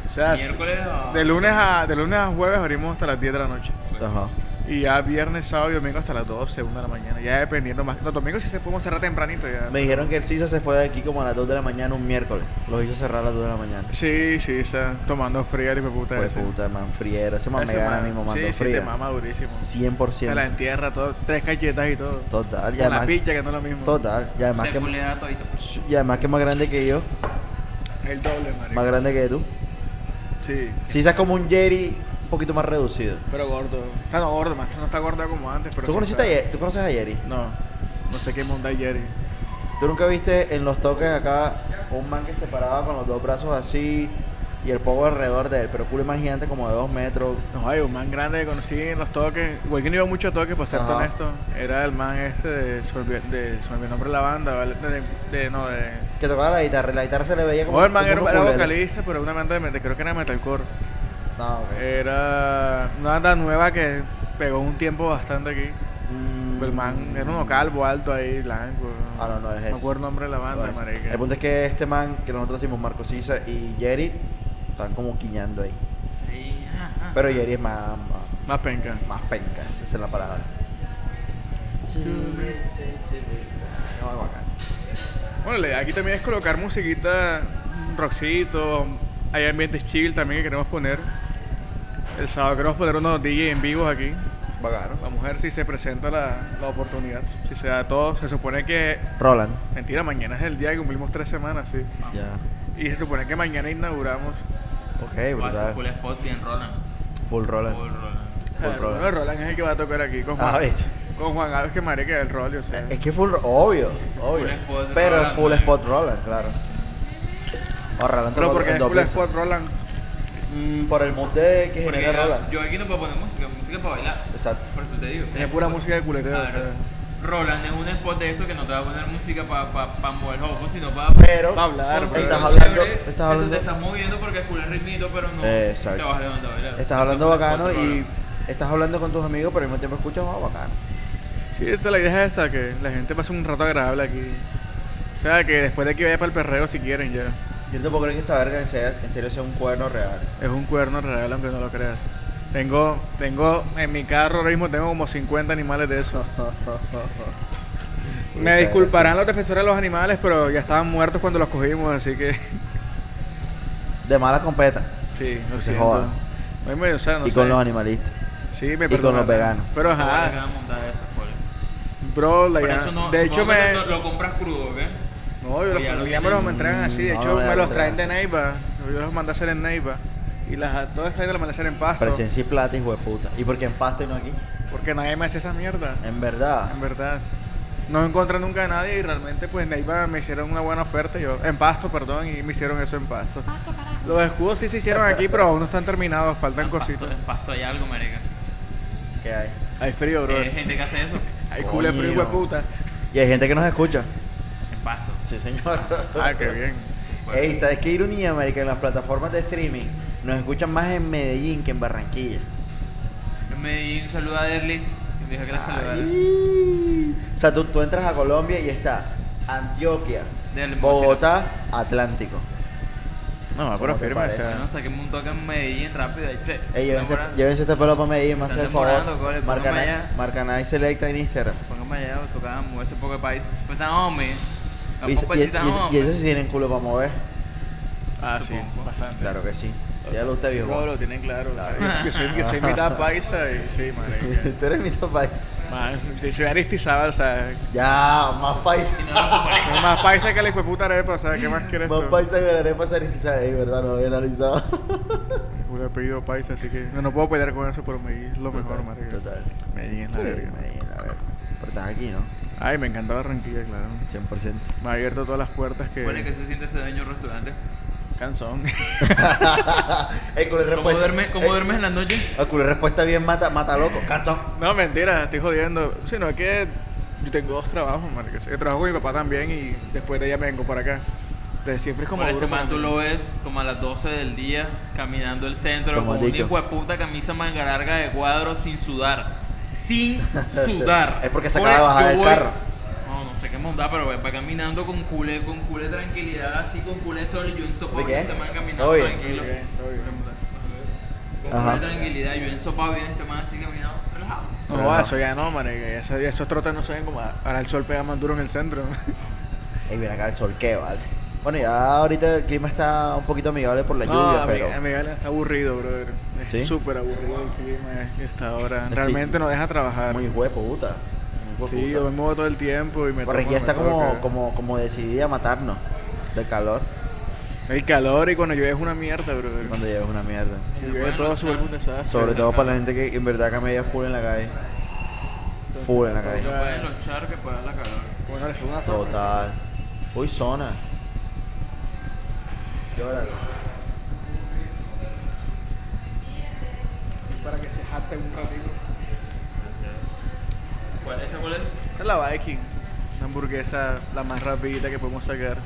F: O sea,
C: De, miércoles a...
F: de lunes a de lunes a jueves abrimos hasta las 10 de la noche.
B: Ajá.
F: Y ya viernes, sábado y domingo hasta las 12, 1 de la mañana. Ya dependiendo más. Los domingos sí se podemos cerrar tempranito ya.
B: Me dijeron que el Cisa se fue de aquí como a las 2 de la mañana un miércoles. Los hizo cerrar a las 2 de la mañana.
F: Sí, sí, está tomando fría el hijo de puta.
B: Pues
F: ese.
B: puta, man friera. Ese man me
F: Ese
B: gana a
F: man-
B: mi mamá
F: sí, sí, te mama durísimo.
B: 100%.
F: Se la entierra todo, tres cachetas y todo.
B: Total, y
F: Con la
B: además,
F: picha que no es lo mismo.
B: total, y además
C: Te
B: que
C: culea todito.
B: y además que es más grande que yo,
F: El doble, marico.
B: más grande que tú.
F: Sí.
B: Si es como un Jerry un poquito más reducido.
F: Pero gordo. Está no gordo, más no está gordo como antes, pero
B: ¿Tú
F: sí
B: conociste a
F: está-
B: Ye- ¿Tú conoces a Jerry?
F: No. No sé qué monta Jerry.
B: ¿Tú nunca viste en los toques acá un man que se paraba con los dos brazos así y el pogo alrededor de él, pero culo más gigante como de dos metros?
F: No, hay un man grande que conocí en los toques. Igual que no iba mucho a toques, para ser
B: Ajá.
F: honesto. Era el man este de. Se olvidó de, se olvidó el nombre de la banda, ¿vale? De, de- no, de.
B: Que tocaba la guitarra, y la guitarra se le veía como.
F: No, el man
B: como
F: era,
B: un
F: era
B: ukulele.
F: vocalista, pero una banda de. metal- Creo que era metalcore.
B: No, ok.
F: Eh, Era una banda nueva que pegó un tiempo bastante aquí. El man era uno calvo, alto ahí, blanco.
B: Mm. Ah, no, no es
F: No
B: ese.
F: acuerdo el nombre de la banda,
B: No es ese.
F: marica.
B: El punto es que este man, que nosotros decimos Marco Sisa y Jerry, están como quiñando ahí.
C: Ahí, ajá.
B: Pero Jerry es más, más,
F: Más penca.
B: más penca, esa es la palabra. No, es bacán.
F: Bueno, la idea aquí también es colocar musiquita, rockcito, hay ambientes chill también que queremos poner. El sábado queremos poner unos DJ en vivos aquí.
B: Bacano.
F: Vamos a ver si se presenta la, la oportunidad, si se da todo. Se supone que,
B: Roland.
F: mentira, mañana es el día que cumplimos tres semanas, sí.
B: Ya.
F: Y se supone que mañana inauguramos.
B: Ok,
C: Guacho, Full
B: brutal.
C: spot bien Roland.
B: Full
C: Full
B: Roland.
C: Roland.
B: Full
F: Ah,
B: Roland.
F: bueno, Roland es el que va a tocar aquí con Juan.
B: Ah, viste.
F: Con Juan Alves que marica del rollo, o sea.
B: Es que full, obvio, obvio.
C: spot
B: Pero es
C: Roland,
B: full
C: marico.
B: spot Roland, claro. O Roland
F: Pero
B: tocó
F: porque
B: en
F: es
B: dos
F: full
B: piezas.
F: spot Roland.
B: Mm, Por el mood de que
C: Porque
B: genera Roland.
C: yo aquí no puedo poner música, música para bailar.
B: Exacto.
C: Por eso te digo.
F: Tiene pura música de culeteo, o
C: Claro.
F: sea.
C: Roland es un spot de esto que no te va a poner música para pa, pa mover el hopo, sino para.
B: Pero.
F: Va a hablar,
B: Estás
F: pero-
B: hablando- estás
C: este
B: hablando-
C: Te estás moviendo porque es cool el ritmito, pero no
B: Exacto.
C: te vas de onda, ¿verdad?
B: Estás hablando bacano
C: Este Otro
B: y
C: Roland.
B: estás hablando con tus amigos, pero al mismo tiempo escuchas oh, bacano.
F: Sí, esta, la idea es esa, que la gente pase un rato agradable aquí. O sea, que después de aquí vaya para el perreo si quieren ya.
B: Yo no puedo creer que esta verga en serio, en serio sea un cuerno real.
F: Es un cuerno real, aunque no lo creas. Tengo, tengo, en mi carro ahora mismo tengo como 50 animales de eso. Me
B: Esa-
F: disculparán
B: esa-
F: los defensores de los animales, pero ya estaban muertos cuando los cogimos, así que...
B: De mala competa.
F: Sí, no
B: Que
F: sé.
B: se jodan.
F: O sea, no
B: y con
F: sé.
B: los animalistas.
F: Sí, me
B: y con los
F: perdonarán.
B: veganos.
F: Pero
C: Te voy a dejar
F: ajá,
C: montar esas, cole.
F: bro, la
C: Pero
F: idea-
C: eso no,
F: De
C: supongo
F: hecho,
C: que
F: me...
C: lo, lo compras crudo, ¿ok?
F: No, yo
C: O
F: los,
C: ya lo
F: ya me
C: tienen.
F: los me entregan así. De
B: No,
F: hecho,
B: no, ya
F: me
B: lo
F: los traen de
B: entregan
F: Neiva. Yo los mandé a hacer en Neiva. Y las, todas estas las mandé a hacer en Pasto.
B: Presencia y plata, hijo de puta. ¿Y por qué en Pasto y no aquí?
F: Porque nadie me hace esa mierda.
B: En verdad.
F: En verdad. No encontré nunca a nadie y realmente pues en Neiva me hicieron una buena oferta. Yo, en Pasto, perdón, y me hicieron eso en Pasto. Los escudos sí se hicieron aquí, pero aún no están terminados. Faltan
C: En Ah, pasto,
F: cositas.
C: en pasto hay algo, marica.
B: ¿Qué hay?
F: Hay frío, bro.
C: Hay gente que hace eso. En
F: Hay culo de frío,
B: Coño.
F: hueputa.
B: Y hay gente que nos escucha.
C: pasto.
B: Sí, señor.
F: Ah, qué bien.
C: Bueno.
B: Ey, ¿sabes qué ironía, marica? En las plataformas de streaming nos escuchan más en Medellín que en Barranquilla.
C: En Medellín saluda a Derlis. Me dijo que la saludara.
B: Ay. O sea, tú, tú entras a Colombia y está Antioquia,
C: Del-
B: Bogotá, Atlántico.
F: No,
B: ¿Cómo
F: pero
B: te
F: firme, o
B: parece?
C: Ya
F: sea.
C: nos saquemos un toque en Medellín rápido. Ahí, che,
B: Ey,
C: están
B: llévense,
C: morando.
B: llévense este pelo para Medellín, me hace
C: Están
B: el favor.
C: demorando, cole,
B: Marca
C: póngame
B: Nike-
C: allá.
B: Marca Nike Selecta en Instagram.
C: Póngame allá, tocaban moverse poco de país. Pues ah, hombre. La
B: Y, y,
C: popa
B: y-
C: chita,
B: y- y
C: hombre.
B: ellos sí tienen culo para mover.
F: Ah, sí,
C: Supongo.
F: bastante.
B: Claro que sí. Ya lo usted vio.
F: Bro, lo tienen claro. Yo soy, yo soy mitad paisa y sí, marica.
B: tú eres mi país.
F: Man, yo soy aristizábal, o sea,
B: Ya, más país.
C: Y no nos comunicamos.
F: no más paisa que la hijueputa arepa, o sea, ¿qué más quieres
B: Más
F: tú?
B: paisa que la arepa sanitizada, es verdad, no lo había analizado.
F: Yo he pedido paisa, así que no, no puedo pelear con eso, pero Medellín es lo mejor, marica.
B: Total.
F: Medellín es
B: Sí,
F: la verga.
B: Medellín, la verga. Pero estás aquí, ¿no?
F: Ay, me encanta Barranquilla, claro.
B: 100%.
F: Me ha abierto todas las puertas que...
C: Bueno, ¿y ¿qué se siente ese dueño del restaurante?
F: Cansón.
B: Ey, culo de
C: ¿Cómo
B: respuesta. Eh,
C: duermes, cómo
B: Ey,
C: duermes en las noches?
B: ah, culo de respuesta bien mata, mata loco. Cansón.
F: no, mentira, estoy jodiendo. Sino que yo tengo dos trabajos, marica. Yo trabajo con mi papá también y después de ella me vengo para acá. Entonces siempre es como
C: Bueno, este
F: duro
C: man
F: para
C: tú
F: mí.
C: lo ves como a las 12 del día caminando el centro
B: Como
C: con un
B: dicho.
C: hijo de puta camisa manga larga de cuadro sin sudar. Sin sudar.
B: Es porque se acaba de
C: Oye,
B: bajar
C: yo
B: del
C: voy-
B: carro.
C: No, no sé qué montar, pero va caminando con culé, con culé tranquilidad, así con culé sol y yo en sopao
B: ¿De
C: y
B: qué?
C: este man
B: Todo
C: caminando
B: bien.
C: tranquilo.
F: Todo bien, todo bien.
C: Con
B: Ajá.
C: culé tranquilidad, yo en sopao viene este man así caminando, relajado.
F: No,
B: Pero
F: ah,
B: no.
F: eso ya no, marica. ya esa- ya esos trotes no se ven como... Ahora el sol pega más duro en el centro.
B: Ey, mira acá el sol, qué vale. Bueno, ya ahorita el clima está un poquito amigable por la
F: no,
B: lluvia,
F: ami-
B: pero.
F: amigable, está aburrido, brother. Es
B: ¿Sí?
F: súper aburrido el clima a esta hora.
B: Estoy-
F: Realmente no deja trabajar.
B: Muy huevo, puta. Muy
F: sí, yo me muevo todo el tiempo y me
B: Por aquí
F: tomo,
B: está
F: me toca.
B: como, como, como decidida a matarnos del calor
F: El calor y cuando llueve es una mierda, brother.
B: cuando llevas una mierda.
F: Si llueve todo se vuelve un desastre.
B: Sobre todo para la gente que en verdad que media full en la calle. Full en la calle.
C: No pueden luchar que puedan la cagar.
F: Bueno, les fue una torre.
B: Total. Uy, zona. Llóralo.
F: Para que se jate un ratito.
C: ¿Cuál, ¿Esa cuál es?
F: Esta es la Viking. Una hamburguesa la más rapidita que podemos sacar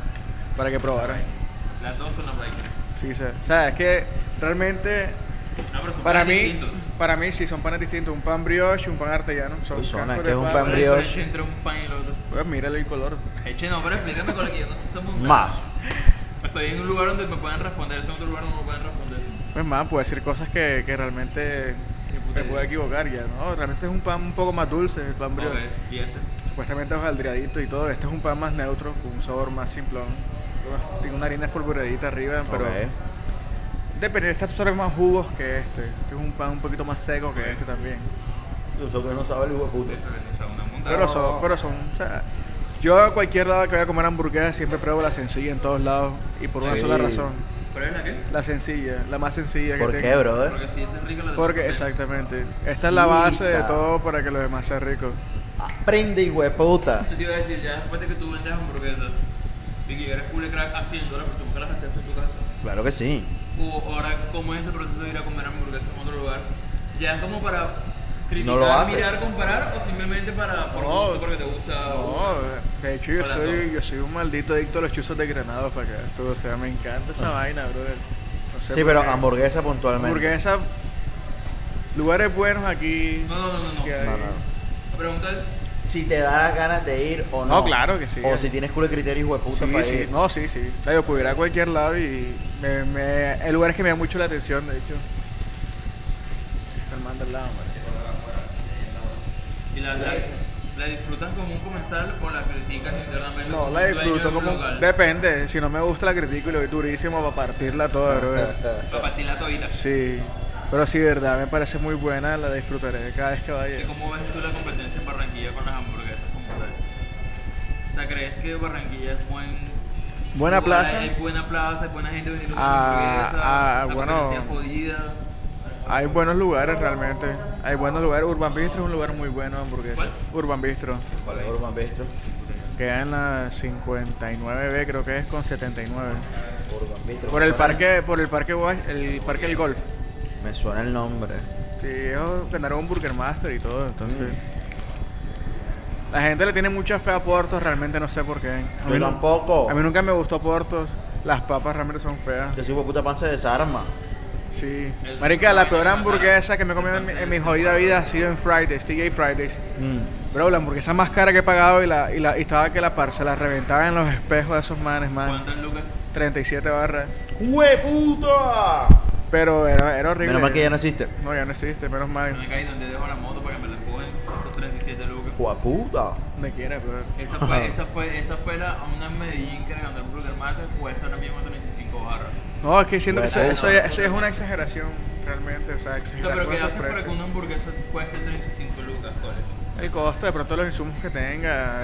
F: para que probaran.
C: Las dos son las Vikings.
F: Sí, o sea, o sea, es que realmente
C: No, pero son
F: para
C: panes
F: mí,
C: distintos.
F: para mí sí son panes distintos, un pan brioche y un pan artesano. Son
B: Uy, suena
F: cánceres
B: que es un
F: de
B: pan
C: ¿Cuál es la
B: brioche.
C: diferencia entre un pan y el otro?
F: Pues mírale el color.
C: Eche, Eh, no, pero explícame con la que yo no sé somos
B: Más.
C: Estoy en un lugar donde me pueden responder, estoy en otro lugar donde no me pueden responder.
F: Pues más, puede decir cosas que, que realmente
C: Qué puta
F: te
C: idea.
F: puede equivocar ya, ¿no? Realmente es un pan un poco más dulce, el pan brioche.
C: Ok, y ese.
F: Supuestamente hojaldriadito y todo. Este es un pan más neutro, con un sabor más simplón. Tiene una harina espolvoreadita arriba, pero...
B: Ok.
F: Depende, este absorbe más jugos que este. Este es un pan un poquito más seco que este también.
B: Nosotros no sabe el hijo de puta.
C: O sea, una montaña.
F: Pero son, pero son, o sea, yo a cualquier lado que vaya a comer hamburguesas siempre pruebo la sencilla en todos lados y por una
B: Sí.
F: sola razón,
C: ¿Pero es la qué?
F: la sencilla, la más sencilla que
B: ¿Por
F: tengo.
B: qué, brother?
C: Porque si es rico la de
F: Porque,
C: pastel.
F: exactamente, esta es
B: Sí,
F: la base de
B: sa-
F: todo para que los demás sea rico.
D: Aprende, hijo de puta.
C: Eso te iba a decir, ya después de que tú vendes hamburguesas y que eres cool crack a 100 dólares, pero tú nunca las hacías en tu casa.
B: Claro que sí.
C: O ahora, ¿cómo es ese proceso de ir a comer hamburguesas en otro lugar? Ya es como para criticar,
B: lo haces.
C: mirar, comparar o simplemente para por
F: No.
C: gusto, porque te gusta.
F: No,
C: o-
F: de hecho yo
C: Hola,
F: soy,
C: no.
F: yo soy un maldito adicto a los chuzos de Granada para acá, tú, o sea, me encanta esa vaina, brother. No sé
B: Ah. Sí,
F: por
B: pero
F: qué.
B: hamburguesa puntualmente.
F: Hamburguesa, lugares buenos aquí.
C: No, no, no, no.
F: que
C: no.
F: hay.
B: No, no.
C: La pregunta es,
B: Si te da las ganas de ir o no.
F: eh. No, claro que sí. eh.
B: O si tienes culo de criterio, hijo de puta,
F: Sí,
B: para
F: sí,
B: ir.
F: no, sí, sí. O sea, yo pudiera a cualquier lado y me, me, el lugar es que me da mucho la atención, de hecho. Salmán del lado,
C: ¿y la, la, la disfrutas como un comensal o la criticas internamente?
F: No,
C: como
F: la
C: un dueño de
F: disfruto
C: un
F: como...
C: local?
F: Depende, si no me gusta la critico y lo doy durísimo para partirla toda, bro.
C: Para partir la toita.
F: Sí, pero sí, de verdad, me parece muy buena, la disfrutaré cada vez que
C: ¿Y
F: vaya.
C: cómo ves tú la competencia en Barranquilla con las hamburguesas como tal? O sea, ¿crees que Barranquilla es buen...
F: Buena
C: lugar?
F: plaza.
C: Hay buena plaza, hay buena gente vendiendo
F: Ah,
C: hamburguesas,
F: ah,
C: la
F: bueno.
C: competencia es jodida.
F: Hay buenos lugares realmente, hay buenos lugares. Urban Bistro es un lugar muy bueno de hamburguesas.
C: ¿Cuál?
F: Urban Bistro.
B: ¿Cuál es Urban Bistro?
F: Queda en la 59B, creo que es con 79.
B: Urban Bistro.
F: Por
B: Me
F: el
B: suena-
F: parque, por el parque, Wash- el parque del golf.
B: Me suena el nombre.
F: Sí, ellos ganaron un Burger Master y todo, entonces. La gente le tiene mucha fe a Portos, realmente no sé por qué. A
B: Yo
F: mí,
B: tampoco.
F: a mí nunca me gustó Portos. Las papas realmente son feas.
B: Que ese hijo de puta pan se desarma.
F: Sí.
C: El-
F: Marica, la peor
C: el-
F: hamburguesa que me he comido en, mi- en mi jodida vida ha sido en Fridays, TJ Fridays.
B: Mm.
F: Bro, la hamburguesa más cara que he pagado y, la, y, la, y estaba que la par se la reventaba en los espejos de esos manes, man.
C: ¿Cuántas lucas?
F: 37 barras.
B: ¡Hueputa!
F: Pero era, era horrible.
B: Menos mal que ya no existe.
F: No, ya no existe, menos mal.
C: Me caí donde dejo la moto para que me la cogen. Estos 37 lucas.
B: ¡Hueputa!
F: Donde quiera, pero.
C: Esa fue, esa fue, esa fue la, una en Medellín que le ganó el Burger Master, cuesta ahora mismo 35 barras.
F: No, es que siento que eso,
B: Bueno.
F: eso ya, eso ya es una exageración, realmente. O sea,
C: O sea,
F: exagerar
C: pero
F: con
C: ¿qué
F: esos
C: haces para que
F: precios.
C: una hamburguesa cueste 35 lucas? ¿Cuál es?
F: El costo, de pronto los insumos que tenga.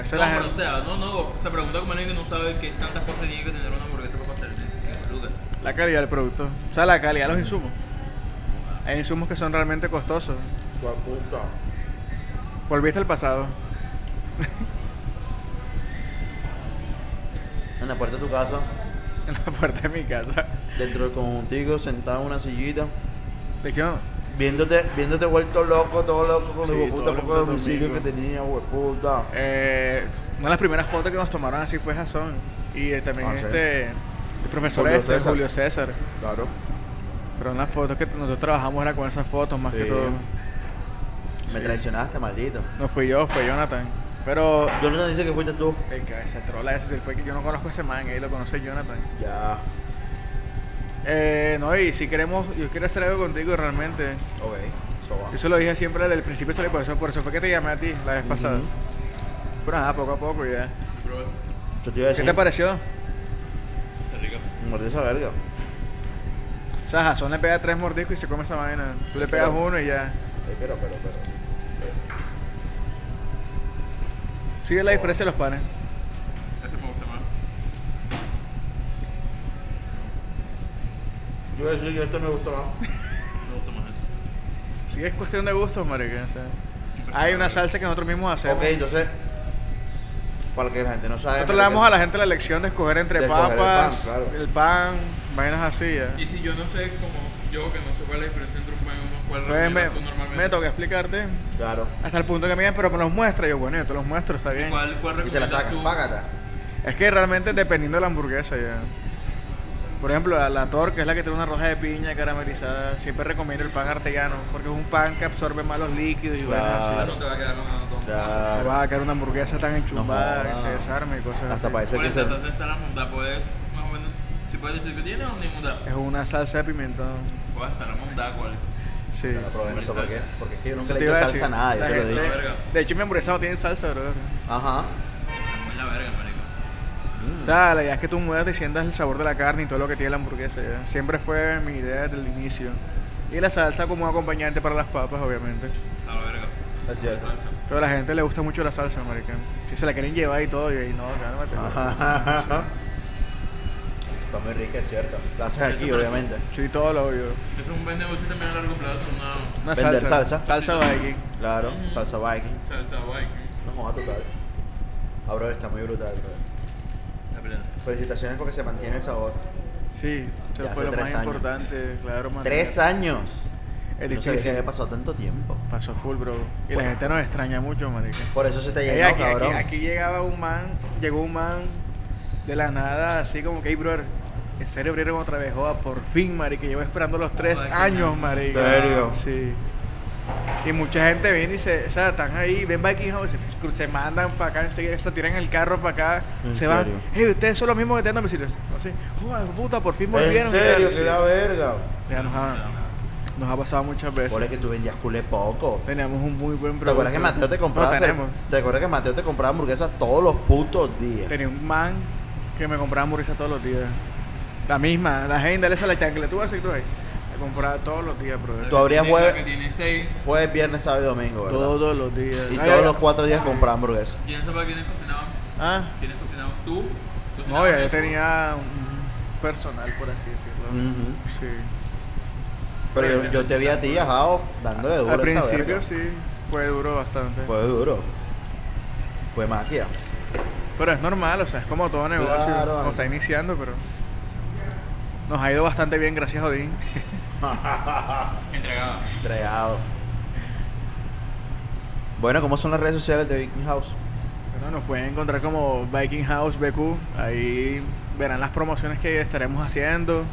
C: No,
F: Esa es la
C: pero o
F: gente-
C: sea, no, no, se pregunta como alguien que no sabe que tantas cosas tiene que tener una hamburguesa para costar 35 lucas.
F: La calidad del producto. O sea, la calidad de los insumos. Hay insumos que son realmente costosos.
B: ¡Hueputa!
F: Volviste al pasado.
B: En la puerta de tu casa,
F: En la puerta de mi casa.
B: dentro del conjuntico, sentado en una sillita,
F: ¿De qué?
B: viéndote, viéndote vuelto loco, todo loco, con
F: Sí,
B: el hijo de
F: todo
B: puta
F: loco
B: poco de
F: conmigo.
B: domicilio que tenía, hueputa.
F: Eh, una de las primeras fotos que nos tomaron así fue Jason. Y eh, también
B: Ah, sí.
F: este. El profesor
B: Julio
F: este,
B: César.
F: Julio César.
B: Claro.
F: Pero las fotos que nosotros trabajamos era con esas fotos más que
B: Sí.
F: todo.
B: Me traicionaste, maldito.
F: No fui yo, fue Jonathan. Pero
B: Jonathan dice que fuiste tú.
F: El cabeza trola ese se fue que yo no conozco a ese man, ahí lo conoce Jonathan.
B: Ya.
F: Eh, no, y si queremos, yo quiero hacer algo contigo realmente.
B: Ok. So va.
F: Yo se lo dije siempre desde el principio, se le pasó, por eso fue que te llamé a ti la vez pasada.
B: Ujú.
F: Pero nada, poco a poco ya.
B: Yo te iba a
F: ¿Qué
B: decir.
F: te pareció?
C: Qué rico.
B: Muerde esa verga.
F: O sea, Jason le pega tres mordiscos y se come esa vaina. Tú le pegas
B: Pero-
F: uno y ya.
B: Ay, pero, pero, pero.
F: Sigue la diferencia de los panes.
C: Este me gusta más.
B: Yo iba a decir que este me gustó más.
C: Me gusta más eso.
F: Sí, es cuestión de gustos, marica. o sea. Hay una salsa que nosotros mismos hacemos.
B: Ok, entonces, para que la gente no sabe.
F: Nosotros le damos a la gente la elección de escoger entre
B: De escoger el
F: papas,
B: pan, claro.
F: el pan, vainas así. ya.
C: Y si yo no sé, como yo que no sé cuál es la diferencia entre un buen y un cuál
F: Entonces,
C: es
F: Pues, me,
C: normalmente.
F: me toca explicarte
B: Claro.
F: hasta el punto que me digan, pero me los muestra. Y yo, bueno, yo te los muestro, está bien.
C: ¿Cuál, cuál
B: Y se la
C: recomiendas
B: sacan,
C: tú?
B: págata.
F: Es que realmente dependiendo de la hamburguesa ya. Por ejemplo, la, la torca es la que tiene una roja de piña caramelizada. Siempre recomiendo el pan artellano porque es un pan que absorbe malos líquidos y
C: Ah,
F: vainas
B: Claro.
C: no te va a quedar nada, no, no.
F: así. No
B: Claro.
F: va a quedar una hamburguesa tan enchumbada
B: No
F: que se
B: jodas.
F: desarme y cosas
B: Hasta
F: así.
B: parece
C: Por
B: que
C: eso,
B: se. Ah,
C: entonces está la monta, puedes más o menos, si puedes decir que tiene o ni monta.
F: Es una salsa de pimentón.
C: Puedes estar la monta, ¿cuál es?
F: Sí.
B: Ya la probé, no sé por qué. Porque es que yo
F: Eso
B: nunca
F: te
B: le
F: iba
B: echo
F: a
B: salsa
F: decir.
B: a nada, yo
F: La
B: te lo he dicho.
F: gente- De hecho, mi hamburguesa no tiene salsa, bro.
B: Ajá. Mm.
C: Es la verga, marico.
F: O sea, la idea es que tú mueras y sientas el sabor de la carne y todo lo que tiene la hamburguesa. ya. Siempre fue mi idea desde el inicio. Y la salsa como un acompañante para las papas, obviamente.
C: A la verga.
B: Es cierto.
F: Pero a la gente le gusta mucho la salsa, marica. Si se la quieren llevar y todo, y ahí no, cálmate.
B: Ajá. Está muy rica, es cierto. La haces aquí, obviamente.
F: Sí, todo lo obvio.
C: Eso es un buen negocio también a largo plazo, una
F: Una
B: Vender
F: salsa.
B: salsa.
F: Salsa viking.
B: Claro,
C: Mm.
B: salsa viking.
C: salsa guay.
B: No joda total. Ah, bro, está muy brutal, bro.
C: La verdad.
B: Felicitaciones porque se mantiene el sabor.
F: Sí, eso
B: Ya hace
F: fue lo más
B: tres años.
F: importante, claro. mantener-
B: ¡Tres años!
F: Es
B: no sabía que
F: difícil.
B: había pasado tanto tiempo.
F: Pasó full, bro. Y
B: Bueno.
F: la gente nos extraña mucho, marica.
B: Por eso se te
F: Ey,
B: llenó,
F: aquí, aquí,
B: cabrón.
F: aquí llegaba un man, llegó un man de la nada, así como que, hey, brother, en serio abrieron otra vez, joda, por fin, marica, llevo esperando los tres
C: Joder, qué
F: años,
C: ñoño.
F: marica.
B: ¿En serio?
F: Sí. Y mucha gente viene y se, o sea, están ahí, ven para aquí, joder, se, se mandan para acá, enseguida se tiran el carro para acá,
B: ¿En
F: se van,
B: serio?
F: hey, ustedes son los mismos que te andan misiles. Así, joder, puta, por fin volvieron.
B: En serio,
F: Y
B: que
F: tal,
B: la
F: sí.
B: verga.
F: Ya nos ha, nos ha pasado muchas veces.
B: Por es que tú vendías culé poco.
F: Teníamos un muy buen
B: ¿Te acuerdas que Mateo te compraba?
F: No
B: cer-
F: tenemos.
B: ¿Te acuerdas que Mateo te compraba hamburguesas todos los putos días?
F: Tenía un man que me compraba hamburguesa todos los días. La misma, la agenda, esa la chancla, tú así, tú ahí. Me compraba todos los días, brother.
B: Tú abrías
C: Tiene la
B: jueves-
C: Que tiene seis.
B: Jueves, viernes, sábado y domingo, ¿verdad?
F: Todos los días.
B: Y
F: Ah,
B: todos
F: ya-
B: los cuatro días compraba hamburguesas.
C: ¿Quién sabe quiénes cocinaban?
F: Ah,
C: ¿Quiénes cocinaban? ¿Tú?
F: no, ya yo
C: ¿Cocinabas?
F: tenía un personal, por así decirlo.
B: Ujú.
F: Sí.
B: Pero yo, yo te vi a ti, ajao, dándole duro.
F: Al
B: a esa
F: principio
B: verga.
F: sí, fue duro bastante.
B: Fue duro. Fue magia.
F: Pero es normal, o sea, es como todo negocio.
B: Claro,
F: como
B: vale.
F: está iniciando, pero. Nos ha ido bastante bien, gracias a Odín.
C: Entregaba.
B: Entregado. Bueno, ¿cómo son las redes sociales de Viking House?
F: Bueno, nos pueden encontrar como Viking House BQ. Ahí verán las promociones que estaremos haciendo.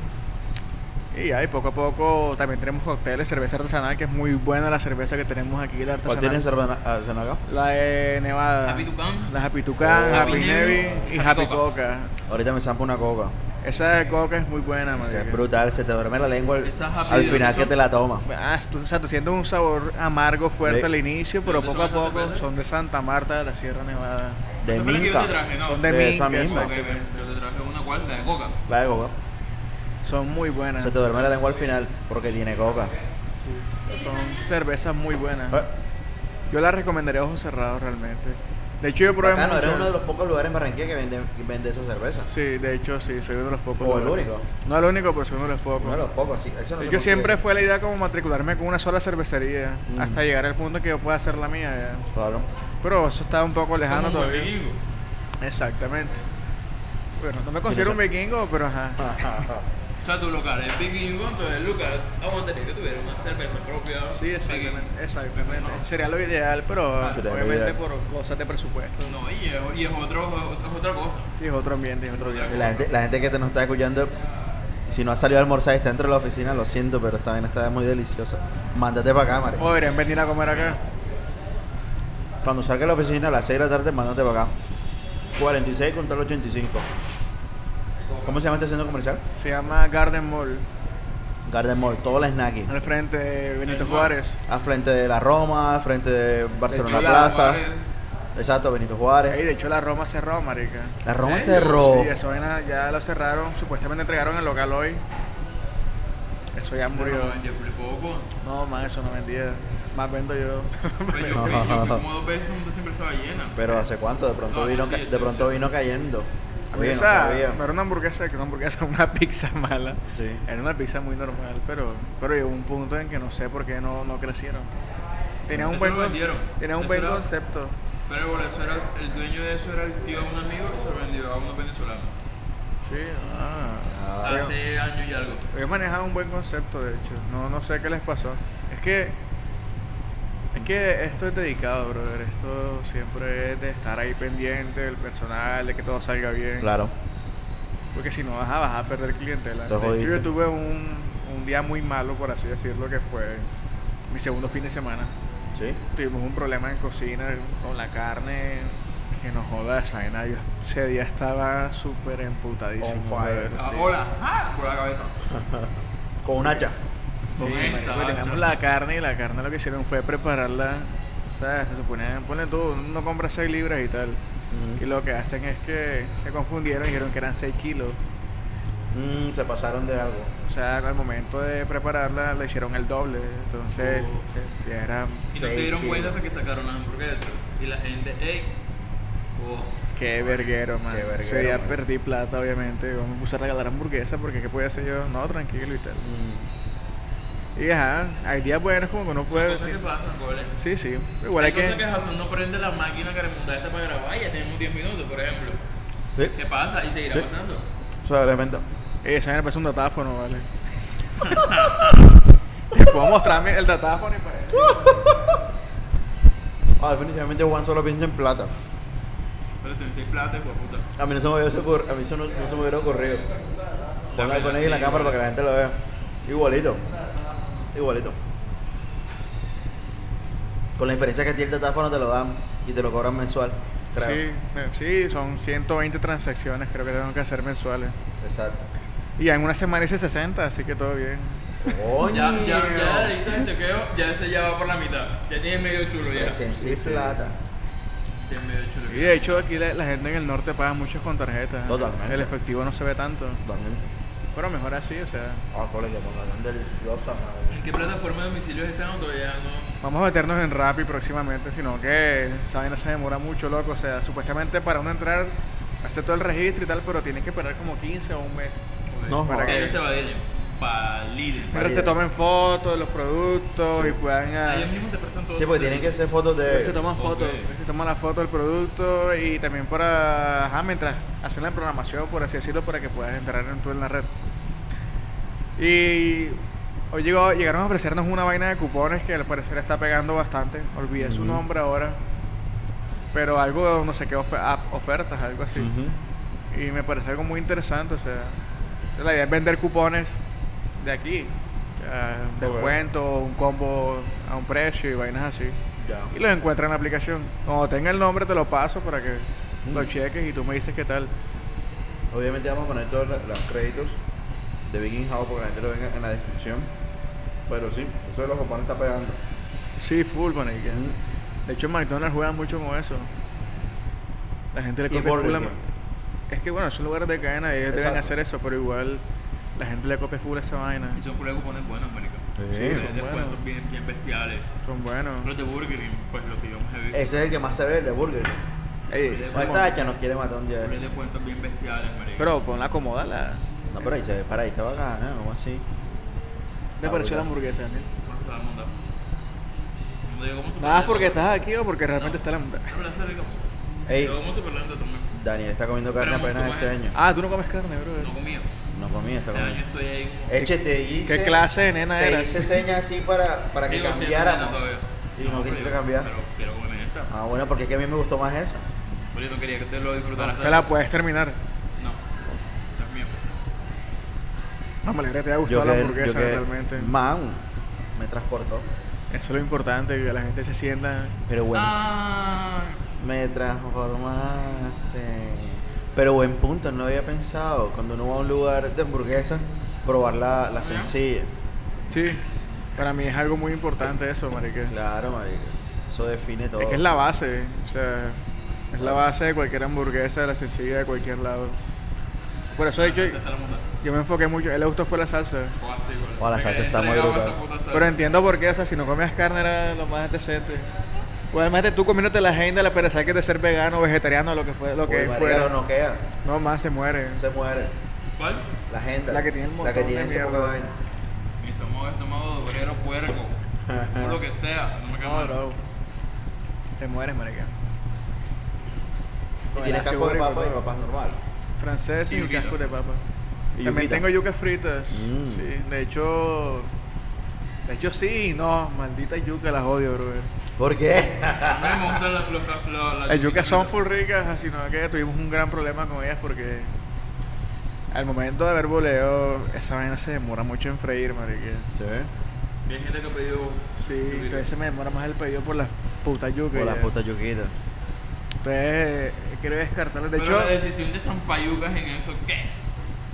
F: Y ahí poco a poco también tenemos cócteles, cerveza artesanal, que es muy buena la cerveza que tenemos aquí, la
B: ¿Cuál
F: artesanal.
B: tienes cerveza acá?
F: La de Nevada.
C: Happy Tucán.
F: La Happy Tucán,
B: Oh.
F: Happy,
B: Happy
F: Nevi
C: Nevi,
F: y
C: Happy
F: Happy,
C: Coca.
F: Coca.
B: Ahorita me zampa una coca.
F: Esa de Coca es muy buena,
B: Esa
F: marica.
B: es brutal, se te duerme la lengua al,
C: Esa es
B: al
C: happy,
B: final
C: ¿no?
B: que te la tomas.
F: Ah, tú, o sea, tú sientes un sabor amargo fuerte
B: Sí.
F: al inicio, pero
C: ¿De dónde
F: poco a
C: son esas
F: poco
C: cervezas?
F: son de Santa Marta de la Sierra Nevada.
B: De
C: Esa fue la que yo te
B: minca.
C: traje, ¿no?
F: Son de,
B: De esa
F: Minca,
B: misma.
C: Ok,
F: exacto.
C: ven, yo te traje una cual, la de coca.
B: La de coca.
F: Son muy buenas.
B: Se te duerme la lengua al final porque tiene coca.
F: Son cervezas muy buenas.
B: Ah,
F: Yo las recomendaría a ojos cerrados realmente. De hecho, yo probé
B: Bacano, eres
F: muchas.
B: uno de los pocos lugares en Barranquilla que vende, que vende esa cerveza.
F: Sí, de hecho, sí, soy uno de los pocos.
B: O el
F: lugares.
B: único.
F: No el único, pero soy uno de los pocos.
B: Uno de los pocos, sí. Eso no
F: De
B: se
F: hecho, siempre
B: consigue.
F: fue la idea como matricularme con una sola cervecería
B: Mm.
F: hasta llegar al punto que yo pueda hacer la mía. ya.
B: Claro.
F: Pero eso está un poco lejano
C: Como un
F: todavía.
C: vikingo.
F: Exactamente. Bueno, no me considero un vikingo, pero ajá.
B: Ah.
C: O sea, tu local es vikingo, entonces el local aguantaría que tuviera una cerveza propia.
F: Sí, exactamente.
C: vikingo.
F: exactamente.
C: No.
F: Sería lo ideal, pero
B: Ah, Sería lo
F: obviamente
B: ideal.
F: por cosas de presupuesto.
C: No, y es, y es otro, es otra cosa.
F: Y es otro ambiente, y es otro día.
B: Y La gente, la gente que te nos está escuchando, si no ha salido a almorzar y está dentro de la oficina, lo siento, pero esta vaina está muy deliciosa. Mándate para acá, Mare.
F: O deberían venir a comer acá.
B: Cuando salga de la oficina a las 6 de la tarde, mándate para acá. 46 contra el 85. ¿Cómo se llama este centro comercial?
F: Se llama Garden Mall,
B: Garden Mall, todo la snacky.
F: al frente de Benito
C: El mall.
F: Juárez.
B: Al frente de la Roma, al frente de Barcelona
C: Chula,
B: Plaza.
C: Juárez.
B: Exacto, Benito Juárez.
F: Ahí, de hecho, la Roma cerró, marica.
B: La Roma
C: ¿En serio?
B: cerró.
F: Sí, esa vaina ya lo cerraron. Supuestamente entregaron el local hoy. Eso ya murió.
C: No, yo flipé poco.
F: No, más eso no vendía. Más vendo yo.
C: Pues yo, fui, yo fui como dos veces, entonces siempre estaba llena.
B: Pero hace cuánto, de pronto
C: No,
B: vino,
C: sí,
B: ca-
C: sí,
B: de
C: sí,
B: pronto
C: sí.
B: vino cayendo.
F: A mí
B: Oye, no
F: esa-
B: sabía.
F: no era una hamburguesa, que una hamburguesa, una pizza mala.
B: Sí.
F: Era una pizza muy normal, pero, pero llegó un punto en que no sé por qué no, no crecieron. Tenía un
C: Eso
F: buen,
C: lo
F: con-
C: vendieron.
F: tenía un
C: Eso
F: buen
C: era-
F: concepto.
C: Pero bueno, eso era, el dueño de eso era el tío de un amigo y se lo vendió a unos venezolanos.
F: Sí, ah.
C: Hace años y algo.
F: Ellos manejaban un buen concepto, de hecho. No, no sé qué les pasó. Es que. Es que esto es dedicado, brother. Esto siempre es de estar ahí pendiente del personal, de que todo salga bien.
B: Claro.
F: Porque si no vas a, vas a perder clientela.
B: Te
F: De hecho,
B: jodiste.
F: yo tuve un, un día muy malo, por así decirlo, que fue mi segundo fin de semana.
B: Sí.
F: Tuvimos un problema en cocina con la carne. Que nos joda esa vaina. Yo ese día estaba súper emputadísimo.
B: On fire.
F: brother.
C: Ah,
F: Sí.
C: hola, ¡Ah! por la cabeza.
B: Con un hacha.
F: Sí,
C: Sí,
F: marico,
C: estaba
F: teníamos
C: hecho.
F: la carne y la carne lo que hicieron fue prepararla. O sea, se suponían, ponle tú, uno compra 6 libras y tal. Y lo que hacen es que se confundieron y dijeron que eran 6 kilos.
B: Mm, se pasaron de algo.
F: O sea, al momento de prepararla le hicieron el doble. Entonces,
C: Oh.
F: se- ya era
C: Y no se
F: seis
C: dieron cuenta
F: kilos.
C: hasta que sacaron las hamburguesas. Y la gente, ¡ey! Oh.
F: Qué verguero, man.
B: Qué
F: Ese
B: verguero,
F: día
B: man.
F: perdí plata, obviamente. Yo me puse a regalar hamburguesas porque ¿qué podía hacer yo? No, tranquilo y tal.
B: Mm.
F: Y ajá, hay días buenos como que uno puede...
C: Cosas que pasan, goles.
F: Sí, sí. Igual hay
C: Hay cosas
F: que...
C: que Jason no prende la máquina que remonta esta para grabar y ya tenemos 10 minutos, por ejemplo.
B: Sí.
C: ¿Qué pasa? Y seguirá
B: Sí.
C: pasando.
B: O sea, realmente.
F: Eh, Esa me parece un datáfono, vale. Les puedo mostrarme el datáfono y pues,
B: Ah,
F: para
B: definitivamente Juan solo piensa en plata.
C: Pero si seis plata, hijo de puta.
B: A mí no se me hubiese ocurrido. A mí eso no, no se me hubiera ocurrido. Pon ahí, pon ahí en la cámara para que la gente lo vea. Igualito. Igualito. Con la diferencia que tiene el teléfono te lo dan y te lo cobran mensual.
F: Sí,
B: Creo.
F: eh, sí, son 120 transacciones creo que tengo que hacer mensuales.
B: Exacto.
F: Y ya en una semana hice 60, así que todo bien.
B: Coño.
C: Ya, ya, ya, la lista de chequeo, ya ese ya va por la mitad. Ya tiene medio chulo ya.
B: Recién sí, plata.
C: Tiene medio chulo.
F: Y de hecho aquí la, la gente en el norte paga mucho con tarjetas.
B: Totalmente.
F: El efectivo no se ve tanto.
B: Totalmente.
F: Pero mejor así, o sea.
B: Ah, cole, que pongan deliciosa, madre.
C: ¿En qué plataforma de domicilios están o todavía no?
F: Vamos a meternos en Rappi próximamente, sino que saben, se demora mucho, loco. O sea, supuestamente para uno entrar, hacer todo el registro y tal, pero tienes que esperar como 15 o un mes.
B: No,
F: para
C: para
F: que-
C: que te va de ellos. Para líder.
F: Pero te
B: Válido.
F: tomen fotos de los productos y puedan... ah,
C: Ellos mismos te prestan todo.
B: Sí, porque tienen que hacer fotos
F: ellos te
B: de.
F: toman
C: Ok.
F: fotos, ellos te toman la foto del producto y también para... Ajá, mientras hacen la programación, por así decirlo, para que puedas entrar en, tú en la red. Y hoy llegó, llegaron a ofrecernos una vaina de cupones que al parecer está pegando bastante. Olvidé su
B: Ujú.
F: nombre ahora. Pero algo, no sé qué, ofe- ah, ofertas, algo así. Y me parece algo muy interesante, o sea, la idea es vender cupones de aquí, ah,
B: De huevo.
F: descuento, un combo a un precio y vainas así.
B: Ya.
F: Y los encuentras en la aplicación. Cuando tenga el nombre te lo paso para que
B: Mm.
F: lo cheques y tú me dices qué tal.
B: Obviamente vamos a poner todos la- los créditos de Viking House porque la gente lo venga en la descripción. Pero sí, eso de los copones está pegando.
F: Sí, full, manique.
B: Mm.
F: De hecho, en McDonald's juegan mucho con eso. La gente le
B: Y
F: copia full
B: Burger
F: a-
B: King.
F: Es que bueno, son lugares de cadena y ellos deben
B: Exacto.
F: hacer eso, pero igual la gente le copia full a esa vaina.
C: Y son culos cupones buenos, marica.
B: Sí,
C: Tienen
F: son
C: descuentos
F: buenos.
C: bien, bien bestiales.
F: Son buenos.
C: Los de Burger King, pues los que yo me he visto.
B: Ese es el que más se ve, el de Burger.
F: Ey,
B: No está hacha, nos quiere matar un día. de
C: Tienen
B: estos.
C: descuentos bien bestiales, marica.
F: Pero ponla cómoda la.
B: No, pero ahí se ve, para ahí está bacana, ¿no? Así.
F: ¿Te
B: Ah,
F: pareció la
B: bueno.
F: hamburguesa, Daniel?
C: Bueno, todo el mundo. No digo cómo
F: ¿Nada
C: Superlando,
F: porque
C: pero-
F: estás aquí o porque
C: No.
F: realmente está la hamburguesa?
C: No, pero está rico.
B: Ey,
C: Yo como Superlando también.
B: Daniel está comiendo carne
C: Pero
B: apenas
C: mucho
B: este
C: más.
B: año.
F: Ah, tú no comes carne, bro.
C: No comía.
B: No comí, está
C: Este año
B: comiendo.
C: estoy ahí. como-
B: Eche, te hice.
F: ¿Qué clase de nena
B: Te
F: eras?
B: hice señas así para, para que
C: Digo, sí,
B: cambiáramos.
C: todavía.
B: Y no
C: pero
B: quisiste
C: yo-
B: cambiar.
C: Pero quiero comer esta.
B: Ah, bueno, porque es que a mí me gustó más esa.
C: Pero yo no quería que te lo disfrutaras.
F: Te la puedes terminar.
C: No. No es mío.
F: No, me alegra que te haya gustado la
B: quedé-
F: hamburguesa
B: quedé-
F: realmente.
B: Man, me transportó.
F: Eso es lo importante, que la gente se sienta.
B: Pero bueno.
C: Ah,
B: Me transformaste. Pero buen punto, no había pensado. Cuando uno va a un lugar de hamburguesa, probar la, la sencilla.
F: Sí, para mí es algo muy importante eso, marica.
B: Claro, marica. Eso define todo.
F: Es que es la base, o sea, es la base de cualquier hamburguesa, de la sencilla, de cualquier lado. Por eso es
C: yo...
F: que yo me enfoqué mucho. El gusto fue la salsa.
B: Oh, la salsa está muy brutal.
F: Pero entiendo por qué, o sea, si no comías carne era lo más decente. O además de tú comiéndote la agenda, la pereza que de ser vegano, vegetariano, lo que fue, lo
B: Uy,
F: que
B: marica,
F: fuera.
B: lo noquea.
F: No más se muere.
B: Se muere.
C: ¿Cuál?
B: La agenda.
F: La que tiene el
B: La que
F: montón de
B: tiene ese
F: mierda.
B: poco de vaina.
C: Mi estómago es estómago de obrero puerco. o lo que sea. No me
F: No, bro. Te mueres, marica.
B: Y tienes casco de papa y papas normal.
F: Francés
C: Y
F: y,
C: yuquita.
F: casco de papa.
B: Y
F: También
B: yuquita.
F: tengo yucas fritas.
B: Mm.
F: Sí, de hecho. De hecho, sí, no, maldita yuca, las odio, bro.
B: ¿Por qué?
C: A mí me gustan las los, los, los-
F: Las yucas son
C: fritas.
F: full ricas, así no que tuvimos un gran problema con ellas porque. Al momento de haber voleo, esa vaina se demora mucho en freír, marica.
B: Sí.
C: Y hay gente que ha pedido.
F: Sí,
C: yuca.
F: a veces me demora más el pedido por las putas yucas.
B: Por las
F: ya.
B: putas yuquitas.
F: Entonces, eh, quiero descartarlas. De
C: Pero
F: hecho,
C: la decisión de zampayucas en eso, ¿qué?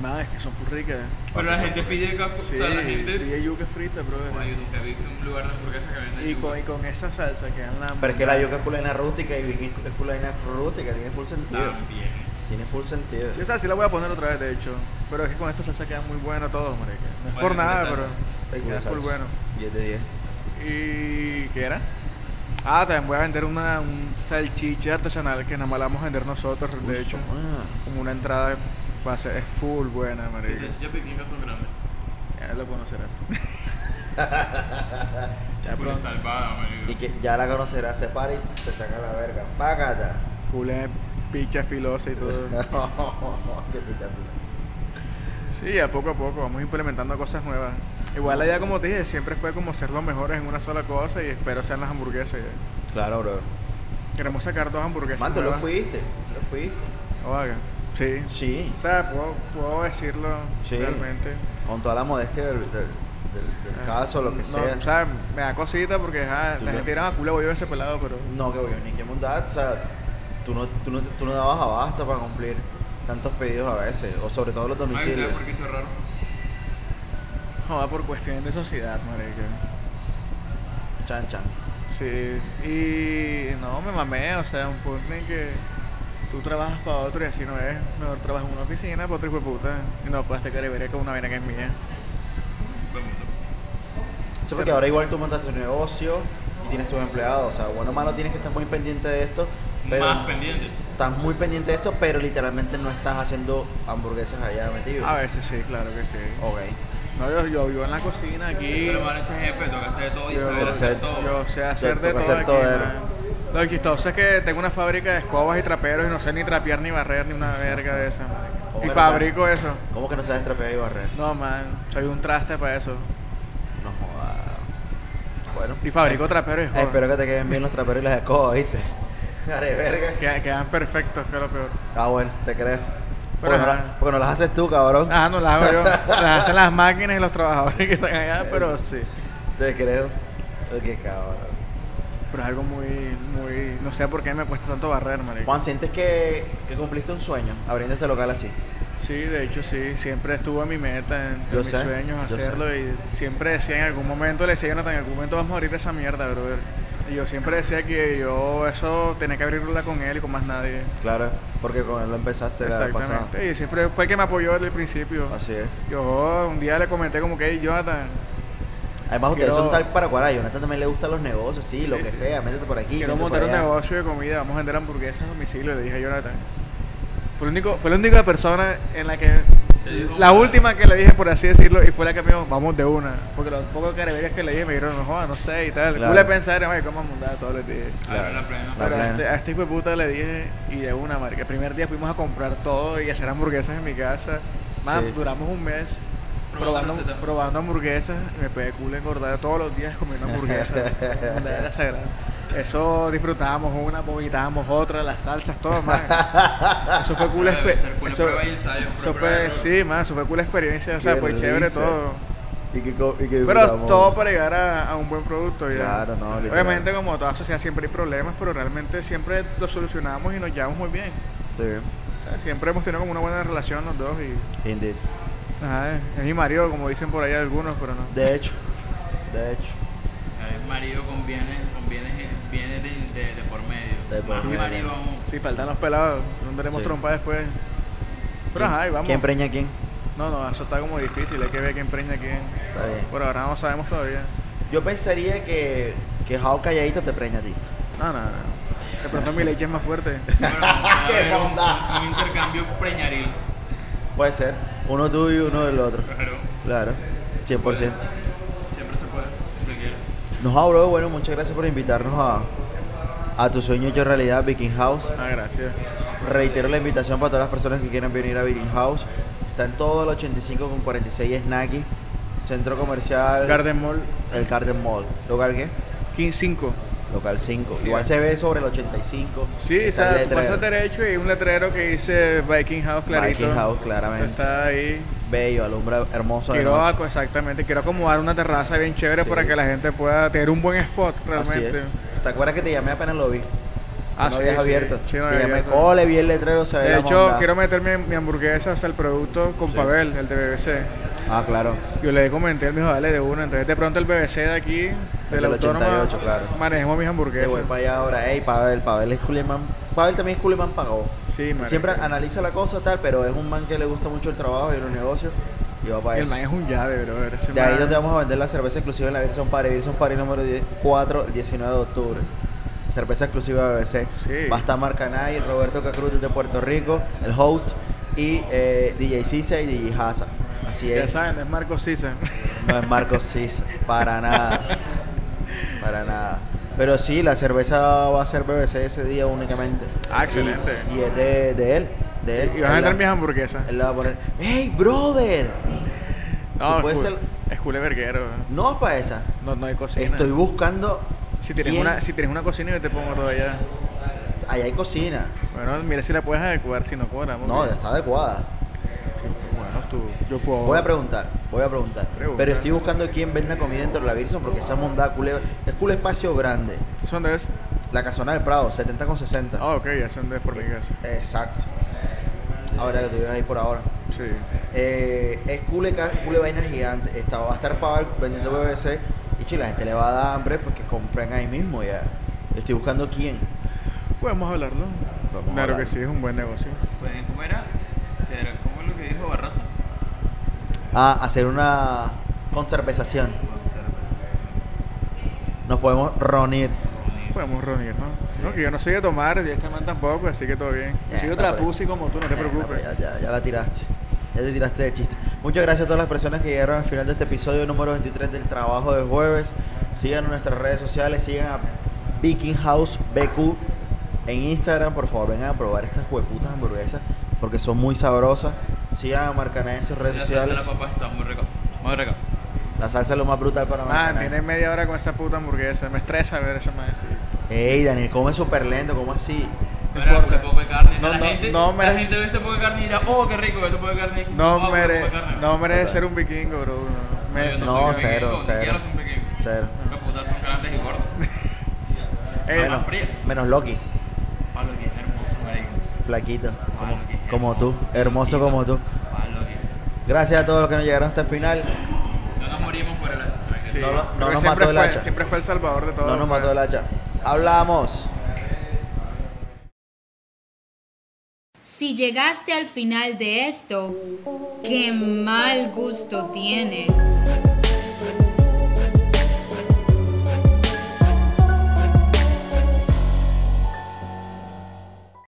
F: nada, es que son full ricas.
C: Pero la gente pide casco,
F: Sí,
C: o sea, la gente...
F: pide yuca frita, bro.
C: Ay, yo nunca he visto un lugar de hamburguesa que venda
F: Y
C: yuca.
F: con, y con esa salsa que dan la.
B: Pero es que la yuca es culina rústica y Vicky es culina rústica. Tiene full sentido.
C: También.
B: Tiene full sentido.
F: Yo esa Ah, sí la voy a poner otra vez, de hecho. Pero es que con esa salsa queda muy bueno todo, marica. No es
C: Bueno,
F: por nada,
C: esa
F: pero.
B: Ay,
F: Queda
B: salsa.
F: full bueno.
B: 10 de 10.
F: ¿Y qué era? Ah, también voy a vender una un salchicha artesanal que nada más la vamos a vender nosotros, de hecho. Como una entrada va a ser, es full buena, marica.
C: Ya- Ya piquincas son grandes.
F: Ya lo conocerás.
B: Ya,
C: Pura
B: pero-
C: salvada, marico.
B: Y que ya la conocerás, se para y te saca la verga. Págata.
F: Culé, picha filosa y todo.
B: Qué pica, pica.
F: Sí, a poco a poco vamos implementando cosas nuevas. Igual la idea, como te dije, siempre fue como ser los mejores en una sola cosa y espero sean las hamburguesas. ya.
B: Claro, bro.
F: Queremos sacar dos hamburguesas.
B: Man, tú lo
F: nuevas.
B: fuiste. Lo fuiste.
F: O haga. Sí.
B: Sí.
F: O sea, puedo, puedo decirlo
B: Sí.
F: realmente.
B: Con toda la modestia del, del, del- del
F: Ah,
B: caso, lo que
F: no,
B: sea.
F: O sea, me da cosita porque
B: Sí,
F: ajá, la
B: claro.
F: gente dirá, ah, culo, voy a ese pelado, pero.
B: No, que voy ni que mundad, o sea, tú no, tú, no, tú no dabas abasto para cumplir tantos pedidos a veces, o sobre todo los
C: Ay,
B: domicilios.
C: ¿sabes por qué cerraron?
F: Joda, por cuestiones de sociedad, marica.
B: Chan, chan.
F: Sí, y no, me mamé, o sea, un punto en que tú trabajas para otro y así no es. Mejor trabajas en una oficina para otro hijo de puta. Y no puedes te caribería con una vaina que es mía.
C: Buen punto.
B: Sí, porque ahora igual tú montaste tu negocio y tienes tus empleados, o sea, bueno o malo tienes que estar muy pendiente de esto, pero
C: Más pendiente.
B: estás muy pendiente de esto, pero literalmente no estás haciendo hamburguesas allá metido.
F: A veces sí, claro que sí.
B: Ok.
F: No, yo, yo vivo en la cocina aquí.
C: Pero hermano, ese jefe toca hacer de todo y
F: Yo-
C: saber hacer de todo.
F: Yo sé hacer
B: Exacto,
F: de
B: que
F: todo.
B: hacer
F: aquí,
B: todero.
F: man. Lo chistoso es que tengo una fábrica de escobas y traperos y no sé ni trapear ni barrer ni una verga de esa. man.
B: ¿Cómo
F: Y
B: que no
F: fabrico eso.
B: ¿Cómo que no sabes trapear y barrer?
F: No, man, soy un traste para eso.
B: No joda. Bueno.
F: Y fabrico traperos y escobas.
B: Espero que te queden bien los traperos y las escobas, ¿viste? Haré verga.
F: Que- Quedan perfectos, que es lo peor.
B: Ah, bueno, te creo.
F: Pero
B: Porque no,
F: ajá.
B: las, porque no las haces tú, cabrón.
F: Ah, no las hago yo. Las hacen las máquinas y los trabajadores que están allá, pero sí.
B: Te creo. Ay, Qué cabrón.
F: Pero es algo muy, muy. No sé por qué me cuesta tanto barrer, marico.
B: Juan, ¿sientes que, que cumpliste un sueño abriendo este local así?
F: Sí, de hecho sí, siempre estuvo en mi meta, en, en
B: Yo
F: mis
B: sé,
F: sueños
B: yo sé.
F: hacerlo y siempre decía en algún momento, le decía a Jonathan, en algún momento vamos a abrir esa mierda, brother. Y yo siempre decía que yo eso tenía que abrirla con él y con más nadie.
B: Claro, porque con él lo empezaste la vez pasada.
F: Exactamente. Y siempre fue el que me apoyó desde el principio.
B: Así es.
F: Yo un día le comenté como que, hey, Jonathan,
B: Además, ustedes
F: Quiero-
B: son tal para cual. A Jonathan también le gustan los negocios, sí, lo
F: Sí,
B: que
F: sí.
B: sea. Métete por aquí.
F: quiero
B: métete por
F: montar un
B: allá.
F: negocio de comida, vamos a vender hamburguesas a domicilio, le dije a Jonathan. Fue, el único, fue la única persona en la que
C: Te dijo,
F: La
C: "Bueno".
F: última que le dije, por así decirlo, y fue la que me dijo, vamos de una. Porque los pocos carabineros que le dije me dijeron, no jodas, no sé, y tal.
B: Claro.
F: Claro. Pude pensar, oye, cómo mundada todo le dije.
C: Abre la plena.
B: La
F: Pero a
B: plena.
F: este, a este hijo de puta le dije, y de una, marica. El primer día fuimos a comprar todo y hacer hamburguesas en mi casa. Más,
B: Sí.
F: duramos un mes
C: Probando
F: probando,
C: recetas.
F: probando hamburguesas. Me pegué culo engordar todos los días comiendo hamburguesas. Mundada era sagrada. Eso disfrutábamos una, vomitábamos otra, las salsas, todo, más. Eso fue cool.
C: Debe
F: espe-
C: ser cool
F: eso-
C: prueba y ensayo,
F: eso
C: prueba y
F: fue,
C: error.
F: sí, man, eso fue cool experiencia. O sea,
B: Qué
F: fue chévere
B: risa.
F: todo.
B: Y que, co- y que
F: Pero
B: digamos,
F: todo para llegar a, a un buen producto. ya.
B: Claro, no, literal.
F: Obviamente, como toda sociedad, siempre hay problemas, pero realmente siempre los solucionamos y nos llevamos muy bien.
B: Sí,
F: O sea, siempre hemos tenido como una buena relación los dos. Y,
B: indeed.
F: ajá, es mi marido, como dicen por ahí algunos, pero no.
B: De hecho, de hecho.
C: El marido conviene, conviene, viene de, de, de por medio.
B: De por
C: Más
B: medio.
C: marido aún.
F: Sí, faltan los pelados. No tenemos
B: Sí.
F: trompa después. Pero
B: ¿Quién-
F: ajá, y vamos.
B: ¿Quién preña a quién?
F: No, no, eso está como difícil. Hay que ver quién preña a quién.
B: Está bien.
F: Por ahora no sabemos todavía.
B: Yo pensaría que, que Jao Calladito te preña a ti.
F: No, no, no. De pronto mi leche es más fuerte.
C: Bueno, va a
B: ¡Qué
C: haber un-
B: bondad!
C: Un, intercambio preñaril.
B: Puede ser. Uno tuyo y uno del otro.
C: Claro,
B: Claro, 100%.
C: siempre se puede, si se quiere.
B: Nos habló, ah, bueno, muchas gracias por invitarnos a, a tu sueño hecho realidad, Viking House.
F: Ah, gracias.
B: Reitero la invitación para todas las personas que quieran venir a Viking House. Está en todo el 85 con 46 Snacky, Centro Comercial.
F: Garden Mall
B: El Garden Mall. ¿Local qué?
F: 5.
B: Local 5.
F: Sí.
B: Igual se ve sobre el 85.
F: Sí,
B: el
F: está, tú
B: letrero.
F: pasas derecho y hay un letrero que dice Viking House clarito.
B: Viking House,
F: Eso
B: claramente.
F: Está ahí.
B: Bello, alumbra hermoso. de
F: Quiero
B: noche.
F: aco- exactamente, quiero acomodar una terraza bien chévere
B: Sí.
F: para que la gente pueda tener un buen spot
B: Así es.
F: realmente.
B: ¿Te acuerdas que te llamé apenas lo vi?
F: Ah,
B: no
F: sí,
B: habías
F: sí.
B: abierto.
F: Sí, no
B: te
F: había
B: llamé,
F: abierto.
B: oh, le vi el letrero, se ve
F: De
B: la
F: hecho,
B: monda.
F: quiero meter mi, mi hamburguesa hasta el producto con
B: Sí.
F: Pavel, el de BBC.
B: Ah, claro.
F: Yo le comenté, él me dijo, dale de una. Entonces, de pronto el BBC de aquí, de
B: del
F: la autónoma,
B: 88, claro.
F: manejemos mis
B: Se
F: hamburguesas.
B: voy para allá ahora. Ey, Pavel, Pavel es Culeman. Pavel también es Culeman pagó.
F: Sí, marica.
B: Siempre analiza la cosa tal, pero es un man que le gusta mucho el trabajo y los negocios y va para
F: el
B: eso.
F: man es un llave, bro. ese
B: De ahí
F: man-
B: donde vamos a vender la cerveza exclusiva en la Virson Party, Virson Party número 10 4, el 19 de octubre. Cerveza exclusiva de BBC.
F: Sí.
B: Va a estar Marcanay, Roberto Cacruz desde Puerto Rico, el host, y eh, DJ Sisa y DJ Haza. Así
F: Ya
B: es.
F: saben, es Marco Sisa.
B: No es Marcos Sisa, para nada. Para nada. Pero sí, la cerveza va a ser BBC ese día únicamente.
F: Ah, excelente.
B: Y, y es de, de él. De él.
F: y van a
B: Él la-
F: entrar mis hamburguesas.
B: Él la va a poner. ¡Hey, brother!
F: No,
B: tú
F: es,
B: puedes
F: cool.
B: ser-
F: es cool de verguero. bro.
B: No es para esa.
F: No, no hay cocina.
B: Estoy buscando.
F: si, tienes
B: quién-
F: una, si tienes una cocina, yo te pongo todo allá.
B: Allá hay cocina.
F: Bueno, mira si la puedes adecuar, si no cobramos.
B: No, está adecuada.
F: Bueno, tú, yo puedo.
B: Voy a preguntar, voy a preguntar.
F: Pregunta.
B: Pero estoy buscando quién venda comida dentro de la Virson porque esa monda cule- es cool espacio grande.
F: ¿Eso dónde es?
B: La casona del Prado, 70 con 60.
F: Ah, ok, ya son de por
B: Eh.
F: mi casa.
B: Exacto. Ahora que tú vives ahí por ahora.
F: Sí.
B: Eh, es cule, ca- cule vaina gigante. Está, va a estar Pavel vendiendo BBC. Y che, la gente le va a dar hambre porque compren ahí mismo ya. Yo estoy buscando quién.
F: Podemos hablarlo.
B: Vamos a
F: claro
B: hablar.
F: que sí, es un buen negocio.
C: Pueden comer a. Será como lo que dijo Barraza.
B: a hacer una conservación. Nos podemos reunir.
F: Podemos reunirnos.
B: Sí.
F: No, que yo no soy de tomar, y este man tampoco, así que todo bien.
B: Ya,
F: soy
B: no,
F: otra
B: pero-
F: pussy como tú, no te
B: Eh, no,
F: preocupes.
B: pero ya, ya- ya la tiraste. Ya te tiraste de chiste. Muchas gracias a todas las personas que llegaron al final de este episodio número 23 del trabajo de jueves. Sigan nuestras redes sociales, sigan a Viking House BQ en Instagram. Por favor, vengan a probar estas hueputas hamburguesas porque son muy sabrosas. Sigan a Marcaná en sus redes
C: La salsa de
B: sociales.
C: La papa está muy rico. Muy rico.
B: La salsa es lo más brutal para
F: Ah,
B: Marcaná.
F: tiene media hora con esa puta hamburguesa. Me estresa ver eso, man. sí.
B: Ey, Daniel, come súper lento, ¿cómo así?
F: No
C: Pero
F: importa.
C: el poco de carne.
F: No,
C: la
F: no,
C: gente,
F: no
C: la
F: merece-
C: gente ve este poco de carne y dirá, oh, qué rico, este poco de carne.
F: No,
B: Ah,
C: oh, qué
F: mere-
C: poco de carne.
F: no merece
B: pues, Total.
F: ser un vikingo, bro. No,
C: yo
F: merece-
B: No,
C: soy un
B: cero,
C: vikingo, ni
B: cero.
C: quiero ser un vikingo.
B: Cero.
C: Los putas son grandes y gordos.
F: Eh,
C: Bueno.
B: Menos, menos Loki,
C: Pablo, que es hermoso, marico.
B: flaquito, como,
C: Pablo, que es
B: como tú, hermoso como tú.
C: Pablo, que-
B: Gracias a todos los que nos llegaron hasta el final.
C: No nos morimos por el hacha. tranquilo.
F: sí.
B: no lo- no
F: Creo que
B: nos
F: siempre
B: mató el
F: fue-
B: hacha.
F: Siempre fue el salvador de todos.
B: No nos
F: man.
B: mató el hacha. Hablamos.
A: Si llegaste al final de esto, qué mal gusto tienes.